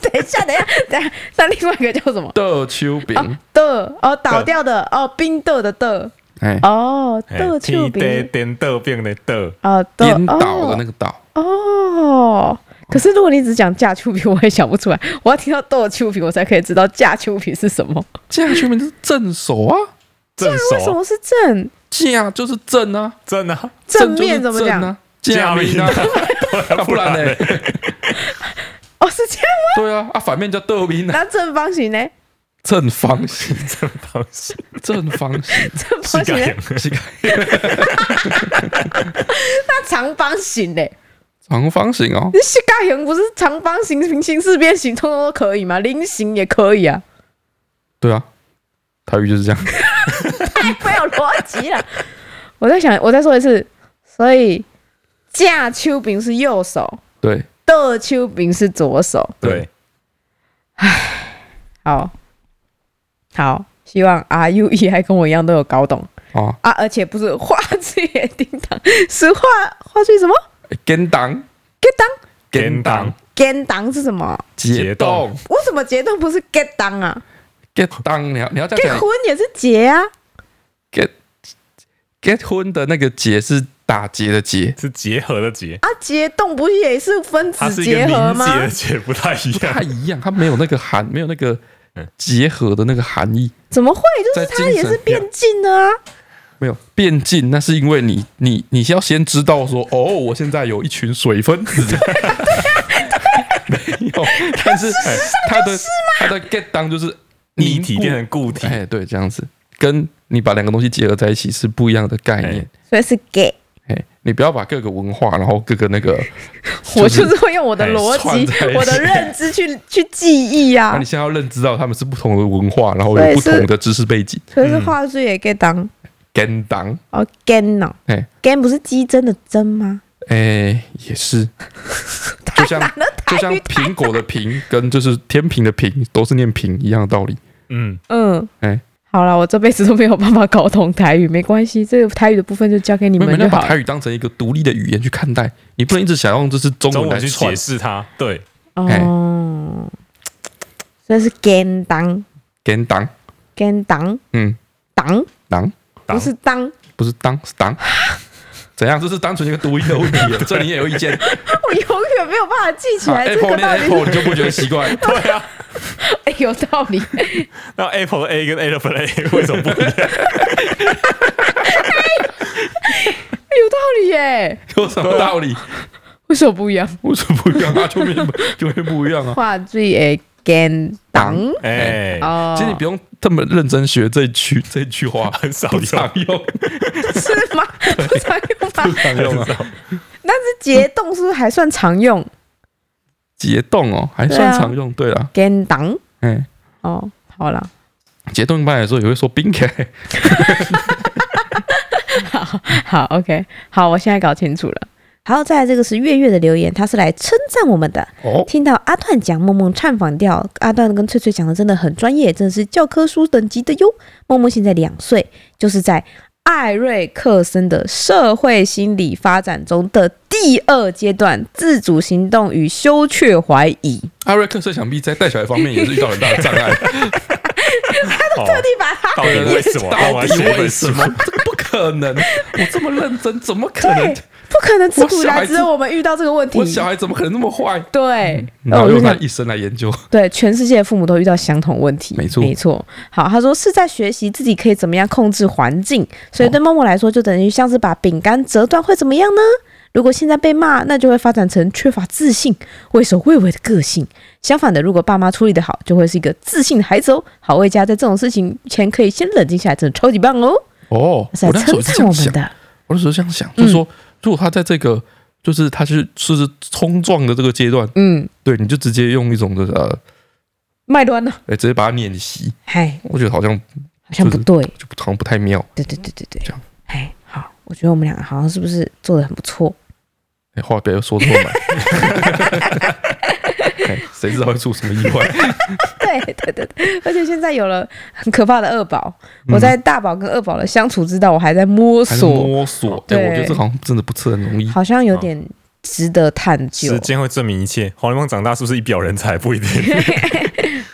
Speaker 1: 等一下，等一下，等一下，那另外一个叫什么？
Speaker 2: 的秋饼，
Speaker 1: 的哦，倒掉的哦，冰的的的
Speaker 2: 哎，
Speaker 1: 哦， 的秋
Speaker 3: 提点
Speaker 1: 饼
Speaker 3: 点得变的得，
Speaker 1: 啊，的
Speaker 2: 颠倒的那个倒，
Speaker 1: 哦哦。可是如果你只讲架秋饼，我也想不出来。我要听到豆秋饼，我才可以知道架秋饼是什么。
Speaker 2: 架秋饼就是正手啊，
Speaker 3: 正
Speaker 1: 为什
Speaker 3: 手
Speaker 1: 么是正
Speaker 2: 架就是正啊，
Speaker 3: 正啊，
Speaker 1: 正
Speaker 2: 就是
Speaker 1: 面怎么
Speaker 2: 正
Speaker 1: 讲？
Speaker 2: 啊？架面啊，啊 不然呢？
Speaker 1: 哦，是这样 吗？
Speaker 2: 对啊，啊反面叫豆饼啊，
Speaker 1: 那正方形呢？
Speaker 2: 正方形，
Speaker 3: 正方 形，
Speaker 2: 正方形，
Speaker 1: 正
Speaker 3: 膝
Speaker 1: 方形呢
Speaker 3: 盖？
Speaker 2: 是个
Speaker 1: 长方形嘞，
Speaker 2: 长方形哦，
Speaker 1: 那膝盖形不是长方形、平行四边形，通通都可以吗？菱形也可以啊，
Speaker 2: 对啊，台语就是这样，
Speaker 1: 太没有逻辑了。 我在想，我再说一次，所以架秋饼是右手，
Speaker 2: 对
Speaker 1: 的秋饼是左手。
Speaker 3: 对，
Speaker 1: 好，好，希望阿 U E 还跟我一样都有搞懂
Speaker 2: 啊，
Speaker 1: 啊，而且不是画质也叮当，是画画质什么？
Speaker 2: 跟当
Speaker 1: get 当
Speaker 3: 跟当
Speaker 1: get 当是什么？
Speaker 2: 解
Speaker 3: 解冻
Speaker 2: 冻
Speaker 1: 我怎么结冻不是 get 当啊
Speaker 2: get 当，你要你要这样
Speaker 1: ？get
Speaker 2: 讲
Speaker 1: 婚也是结啊。
Speaker 2: get get 婚的那个结是打结的 结，
Speaker 3: 是结合的结，
Speaker 1: 啊，结冻不是也是分
Speaker 3: 它
Speaker 1: 子
Speaker 3: 是一个
Speaker 1: 结
Speaker 3: 凝
Speaker 1: 合吗？
Speaker 3: 结的结，不太一
Speaker 2: 不太
Speaker 3: 样。
Speaker 2: 一样，它没有那个含，没有那个
Speaker 3: 嗯
Speaker 2: 结合的那个含义。
Speaker 1: 怎么会？就是
Speaker 2: 在
Speaker 1: 它
Speaker 2: 精
Speaker 1: 也
Speaker 2: 神
Speaker 1: 是变近的啊！
Speaker 2: 没有变近，那是因为你你你是要先知道说，哦，我现在有一群水分 子。没有，但 是它的它的 get down 就是
Speaker 3: 立
Speaker 2: 凝
Speaker 3: 体
Speaker 2: 固
Speaker 3: 变成固体，
Speaker 2: 哎，对，这样子，跟你把两个东西结合在一起是不一样的概念。
Speaker 1: 所以是 gay，
Speaker 2: 哎，你不要把各个文化，然后各个那个，
Speaker 1: 我就是会用我的逻
Speaker 2: 哎串在一
Speaker 1: 辑、
Speaker 2: 起
Speaker 1: 我的认知去 去记忆
Speaker 2: 那
Speaker 1: 啊
Speaker 2: 你。现在要认知到他们是不同的文化，然后
Speaker 1: 对
Speaker 2: 有不
Speaker 1: 是
Speaker 2: 同的知识背景。
Speaker 1: 所以是话术也 gay 当
Speaker 2: get down，
Speaker 1: 哦，gan 哦
Speaker 2: 哎
Speaker 1: ，gan 不是鸡胗的胗吗？
Speaker 2: 哎，也是，就像
Speaker 1: 难了，
Speaker 2: 就像
Speaker 1: 台语
Speaker 2: 苹果的苹跟就是天平的平都是念平一样的道理。
Speaker 3: 嗯，
Speaker 1: 嗯
Speaker 2: 哎，
Speaker 1: 好了，我这辈子都没有办法搞懂台语，没关系，这个台语的部分就交给你
Speaker 2: 没有，
Speaker 1: 们
Speaker 2: 你要
Speaker 1: 就好
Speaker 2: 把
Speaker 1: 了
Speaker 2: 台。语当成一个独立的语言去看待，你不能一直想用这是中
Speaker 3: 中
Speaker 2: 文来
Speaker 3: 文去
Speaker 2: 串
Speaker 3: 解。释它，对，
Speaker 2: 哎
Speaker 1: 哦，所以是 gan 当
Speaker 2: get down，
Speaker 1: ，gan 当
Speaker 2: 嗯，
Speaker 1: 当，
Speaker 2: 当
Speaker 1: 不是当。
Speaker 2: 不是当是 当，怎样？这是单纯一个读音的问题， 这你也有意见？
Speaker 1: 我永远没有办法记起
Speaker 2: 啊
Speaker 1: 来这
Speaker 2: ，Apple
Speaker 1: 个
Speaker 2: 念
Speaker 1: 到底是
Speaker 2: Apple 你就不觉得奇 怪？
Speaker 3: 对啊，
Speaker 1: 哎 有道理，
Speaker 3: 那 Apple 的 A 跟 Apple 的 A 为什 么不一样？
Speaker 1: 有道理耶，
Speaker 2: 有什么道理？
Speaker 1: 为什么不一样？
Speaker 2: 为什么不一样 啊？就变就变不一样啊！
Speaker 1: 话最诶干党
Speaker 3: 哎，
Speaker 1: 哦，
Speaker 2: 其实你不用这么认真学这句这句话，
Speaker 3: 很少
Speaker 2: 不常
Speaker 3: 用，
Speaker 2: 用，
Speaker 1: 是吗？不常用
Speaker 2: 不
Speaker 1: 吗？
Speaker 2: 常用
Speaker 3: 很
Speaker 2: 啊。
Speaker 3: 少
Speaker 1: 但是结冻是不是还算常用？
Speaker 2: 结冻哦，还
Speaker 1: 对
Speaker 2: 算
Speaker 1: 啊
Speaker 2: 常用。对啦，
Speaker 1: 干党
Speaker 2: 嗯，
Speaker 1: 哦，好啦，
Speaker 2: 结冻一般来说也会说冰开。
Speaker 1: 好 OK，好，我现在搞清楚了。好，再来这个是月月的留言，他是来称赞我们的。
Speaker 2: 哦，
Speaker 1: 听到阿段讲梦梦唱反调，阿段跟翠翠讲的真的很专业，真的是教科书等级的哟。梦梦现在两岁，就是在艾瑞克森的社会心理发展中的第二阶段——自主行动与羞怯怀疑。
Speaker 2: 艾瑞克斯想必在带小孩方面也是遇到很大的障 碍。
Speaker 3: 哦
Speaker 1: 特地把他
Speaker 3: 到底为什么？
Speaker 2: 到
Speaker 3: 到
Speaker 2: 底
Speaker 3: 底
Speaker 2: 为
Speaker 3: 为
Speaker 2: 什
Speaker 3: 什
Speaker 2: 么
Speaker 3: 么？？
Speaker 2: 这不可能！我这么认真，怎么可能
Speaker 1: 对？不可能自
Speaker 2: 我
Speaker 1: 古以
Speaker 2: 小孩
Speaker 1: 来
Speaker 2: 子
Speaker 1: 只有我们遇到这个问题
Speaker 2: 我。小孩怎么可能那么坏？
Speaker 1: 哦对，
Speaker 2: 然后
Speaker 1: 我
Speaker 2: 用
Speaker 1: 就
Speaker 2: 他
Speaker 1: 想
Speaker 2: 一生来研究，
Speaker 1: 对，全世界的父母都遇到相同问题，
Speaker 2: 没错
Speaker 1: 没错。好，他说是在学习自己可以怎么样控制环境，所以对默默来说，就等于像是把饼干折断，会怎么样呢？如果现在被骂，那就会发展成缺乏自信、畏首畏尾的个性。相反的，如果爸妈处理得好，就会是一个自信的孩子哦。好魏家在这种事情前可以先冷静下来，真的超级棒哦！
Speaker 2: 哦，
Speaker 1: 是
Speaker 2: 我
Speaker 1: 在
Speaker 2: 那时候
Speaker 1: 称赞我
Speaker 2: 也是这样
Speaker 1: 们
Speaker 2: 想，
Speaker 1: 的，嗯
Speaker 2: 我那时候这样想，就是说，如果他在这个就是他去是冲撞的这个阶段，
Speaker 1: 嗯，
Speaker 2: 对，你就直接用一种就是呃，
Speaker 1: 卖端了，
Speaker 2: 哎，直接把他碾袭，
Speaker 1: 嗨，
Speaker 2: 我觉得好像
Speaker 1: 哎好像不对，
Speaker 2: 就好像不太妙。
Speaker 1: 对对对对对
Speaker 2: 这样，
Speaker 1: 哎，好，我觉得我们两个好像是不是做的很不错？
Speaker 2: 哎，话不要说错 嘛，哎谁知道会出什么意 外？
Speaker 1: 对对对对，而且现在有了很可怕的二宝，我在大宝跟二宝的相处之道，我还在摸
Speaker 2: 还是
Speaker 1: 索，
Speaker 2: 摸索，
Speaker 1: 对
Speaker 2: 对，我觉得这好像真的不是很容易。
Speaker 1: 好像有点值得探究
Speaker 3: 时。间会证明一切。黄连梦长大是不是一表人才不一定。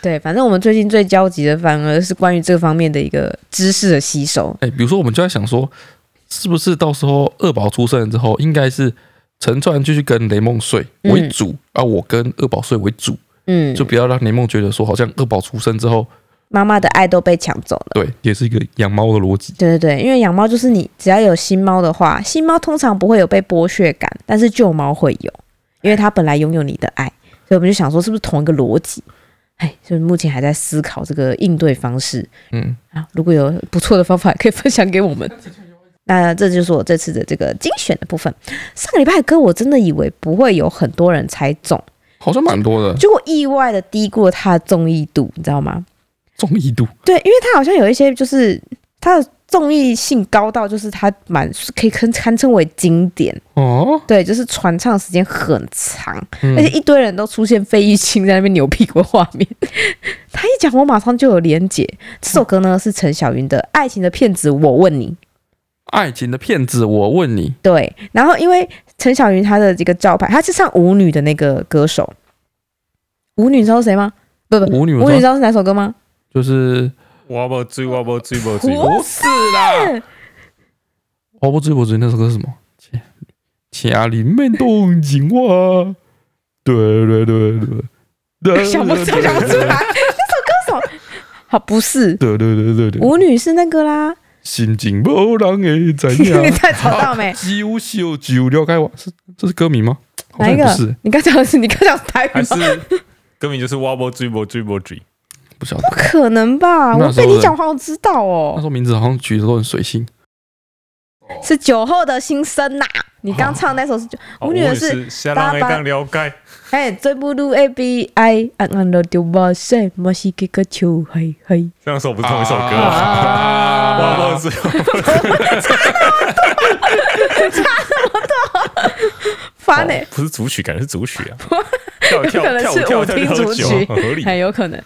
Speaker 1: 对，反正我们最近最焦急的，反而是关于这方面的一个知识的吸收。
Speaker 2: 哎，比如说，我们就在想说，是不是到时候二宝出生之后，应该是陈传继续跟雷梦睡为主，啊，我跟二宝睡为主，
Speaker 1: 嗯，
Speaker 2: 就不要让雷梦觉得说，好像二宝出生之后，
Speaker 1: 妈妈的爱都被抢走了。
Speaker 2: 对，也是一个养猫的逻辑。
Speaker 1: 对对对，因为养猫就是你只要有新猫的话，新猫通常不会有被剥削感，但是旧猫会有，因为它本来拥有你的爱，所以我们就想说是不是同一个逻辑？哎，就是目前还在思考这个应对方式
Speaker 2: 嗯，
Speaker 1: 啊。如果有不错的方法，可以分享给我们。那这就是我这次的这个精选的部分。上个礼拜的歌，我真的以为不会有很多人猜中，
Speaker 2: 好像蛮多的
Speaker 1: 结果意外的低估了它的综艺度，你知道吗？
Speaker 2: 综艺度，
Speaker 1: 对，因为它好像有一些就是它的综艺性高到，就是它蛮可以堪堪称为经典。
Speaker 2: 哦，
Speaker 1: 对，就是传唱时间很长，
Speaker 2: 嗯
Speaker 1: 而且一堆人都出现费玉清在那边扭屁股的画面。 他一讲，我马上就有连结。这首歌呢是陈小云的《爱情的骗子》，我问你。
Speaker 2: 爱情的骗子，我问你，
Speaker 1: 对，然后因为陈小云她的这个招牌，她是唱舞女的那个歌手。舞女你知道是谁吗？不不，
Speaker 2: 舞女
Speaker 1: 舞女
Speaker 2: 我
Speaker 1: 你呃知
Speaker 2: 说
Speaker 1: 道是哪首歌吗？
Speaker 2: 就是
Speaker 3: 我不追，我不追，我不追。
Speaker 1: 不
Speaker 2: 是啦，我哦不追，我追那首歌是什么？家家里面动静哇，对对对对对，
Speaker 1: 想不出，想不出来，那首歌手。好，不是
Speaker 2: 对对对对对，
Speaker 1: 舞女是那个啦，
Speaker 2: 心情无人会 知
Speaker 1: 你
Speaker 2: 影，
Speaker 1: 太吵到没？
Speaker 2: 九九九了解我是这是歌名吗？ 好
Speaker 1: 哪
Speaker 2: 像
Speaker 1: 一
Speaker 2: 也
Speaker 1: 个
Speaker 2: 不是，？
Speaker 1: 你刚讲的是你刚讲的台语
Speaker 3: 还
Speaker 1: 吗？
Speaker 3: 是根本就是我不追，我追，我追。
Speaker 2: 不晓得。
Speaker 1: 可能吧，
Speaker 2: 那
Speaker 1: 我
Speaker 2: 时候
Speaker 1: 被你
Speaker 2: 的
Speaker 1: 讲话我知道
Speaker 2: 那时
Speaker 1: 哦，
Speaker 2: 候名字好像取的都很随性，
Speaker 1: 是酒后的心声呐。你刚唱那首是酒，
Speaker 3: 哦
Speaker 1: 舞女的是，
Speaker 3: 下浪一当了解，
Speaker 1: 哎，最不如 A B I，暗啊暗的丢巴塞，莫西给个球，嘿嘿。
Speaker 3: 这两首不是同一首歌吗？
Speaker 2: 啊
Speaker 3: 我不追，
Speaker 1: 烦呢、
Speaker 3: 哦不是组曲，感觉是组曲啊。跳跳
Speaker 1: 有可能
Speaker 3: 跳
Speaker 1: 是
Speaker 3: 跳
Speaker 1: 我
Speaker 3: 跳
Speaker 1: 听
Speaker 3: 跳
Speaker 1: 组
Speaker 3: 酒，
Speaker 1: 曲
Speaker 3: 很合理。
Speaker 1: 很有可能。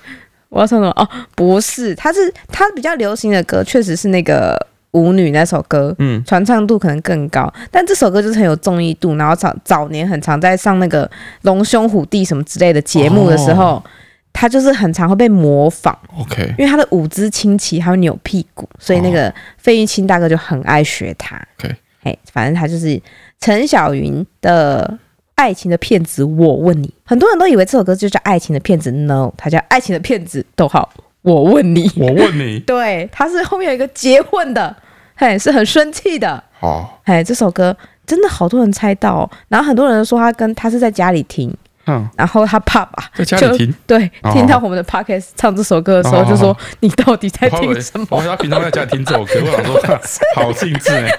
Speaker 1: 我要唱什么？哦，不是，它是它比较流行的歌，确实是那个舞女那首歌，
Speaker 2: 嗯，
Speaker 1: 传唱度可能更高。但这首歌就是很有综艺度，然后早早年很常在上那个龙兄虎弟什么之类的节目的时候，它就是很常会被模仿，
Speaker 2: OK，
Speaker 1: 因为它的舞姿清奇，还有扭屁股，所以那个费玉清大哥就很爱学他。
Speaker 2: OK
Speaker 1: 哎，反正他就是陈小云的。爱情的骗子，我问你，很多人都以为这首歌就叫《爱情的骗子》，no，它叫《爱情的骗子》，逗号，我问你，
Speaker 2: 我问你，
Speaker 1: 对，它是后面有一个结婚的，嘿，是很生气的，
Speaker 2: 好，
Speaker 1: 哎，这首歌真的好多人猜到、哦，然后很多人说他跟他是在家里听，
Speaker 2: 嗯，
Speaker 1: 然后他爸爸
Speaker 2: 在家里听。
Speaker 1: 对、
Speaker 2: 哦
Speaker 1: 听到我们的 podcast 唱这首歌的时候，就说、
Speaker 2: 哦
Speaker 1: 你到底 在
Speaker 2: 我以
Speaker 1: 听
Speaker 2: 为
Speaker 1: 什么？
Speaker 2: 我以为他平常在家里听这首歌，我想说 好兴致哎。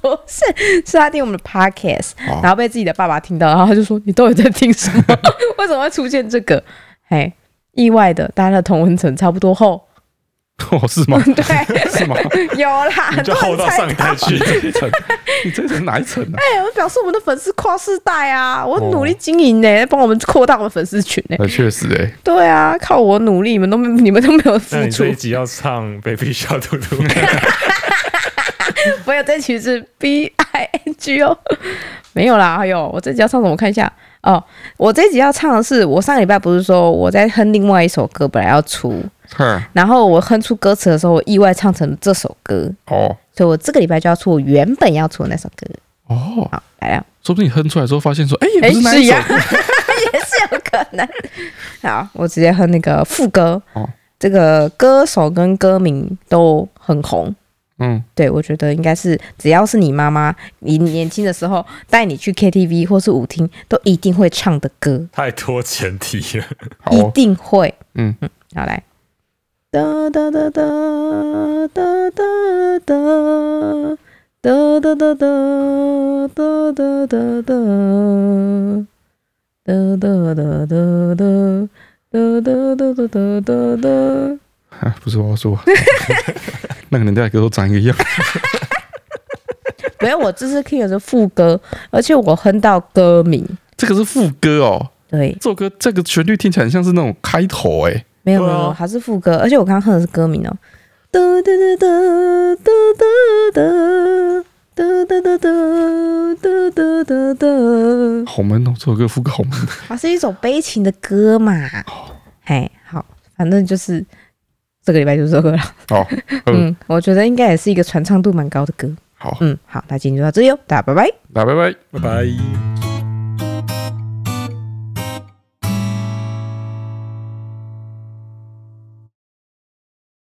Speaker 1: 不 是，是他听我们的 podcast，、
Speaker 2: 哦
Speaker 1: 然后被自己的爸爸听到，然后他就说你到底在听什么？ 为什么会出现这个？哎，意外的，大家的同文层差不多厚，
Speaker 2: 哦，是吗？
Speaker 1: 对，
Speaker 2: 是吗？
Speaker 1: 有啦，
Speaker 3: 你
Speaker 1: 很
Speaker 3: 就
Speaker 1: 多
Speaker 3: 厚
Speaker 1: 人
Speaker 3: 到
Speaker 1: 猜
Speaker 3: 上一代去
Speaker 2: 你。这一层，你这一层哪一层啊？
Speaker 1: 哎，我表示我们的粉丝跨世代啊，我
Speaker 2: 哦
Speaker 1: 努力经营呢、帮我们扩大我们粉丝群呢、
Speaker 2: 呃，确实哎、
Speaker 1: 对啊，靠我努力，你们都没你们都没有付
Speaker 3: 那你
Speaker 1: 出
Speaker 3: 这一。集要唱《Baby 小兔兔》
Speaker 1: 没有，这曲是 B I N G 哦， 没有啦。哎呦，我这集要唱什么？我看一下哦。我这集要唱的是，我上个礼拜不是说我在哼另外一首歌，本来要出，
Speaker 2: 哼，
Speaker 1: 然后我哼出歌词的时候，我意外唱成这首歌，
Speaker 2: 哦
Speaker 1: 所以我这个礼拜就要出我原本要出的那首歌。
Speaker 2: 哦，哦，
Speaker 1: 好，来啊了，
Speaker 2: 说不定你哼出来之后发现说，哎，也
Speaker 1: 哎，
Speaker 2: 不是那一
Speaker 1: 是
Speaker 2: 首
Speaker 1: 呀，， 也是有可能。好，我直接哼那个副歌。
Speaker 2: 哦
Speaker 1: 这个歌手跟歌名都很红，
Speaker 2: 嗯，
Speaker 1: 对，我觉得应该是只要是你妈妈，你年轻的时候带你去 KTV 或是舞厅，都一定会唱的歌，
Speaker 3: 太多前提了。
Speaker 2: 好
Speaker 1: 一
Speaker 2: 哦，
Speaker 1: 定会。
Speaker 2: 嗯
Speaker 1: 嗯，好来。哒哒哒哒哒哒哒哒哒哒哒哒哒哒哒哒哒哒哒哒。哒哒哒哒哒哒哒，
Speaker 2: 啊不是我要 说，那个年代的歌都长一个样，
Speaker 1: 没有，我这次 King 的是副歌，而且我哼到歌名，
Speaker 2: 这个是副歌哦，
Speaker 1: 对，
Speaker 2: 这首歌这个旋律听起来很像是那种开头哎，
Speaker 1: 没有没
Speaker 3: 对啊
Speaker 1: 有，还是副歌，而且我刚刚哼的是歌名哦。哒哒哒哒哒哒哒哒哒哒哒哒哒，
Speaker 2: 好闷哦，这首歌副歌好闷，
Speaker 1: 它是一首悲情的歌嘛。
Speaker 3: 哦
Speaker 1: 嘿，好，反正就是这个礼拜就是这个了。
Speaker 2: 哦，嗯，
Speaker 1: 嗯，我觉得应该也是一个传唱度蛮高的歌。
Speaker 2: 好，
Speaker 1: 嗯，好，那今天就到这里哦，大家拜拜。
Speaker 2: 来，拜拜。
Speaker 3: 拜拜。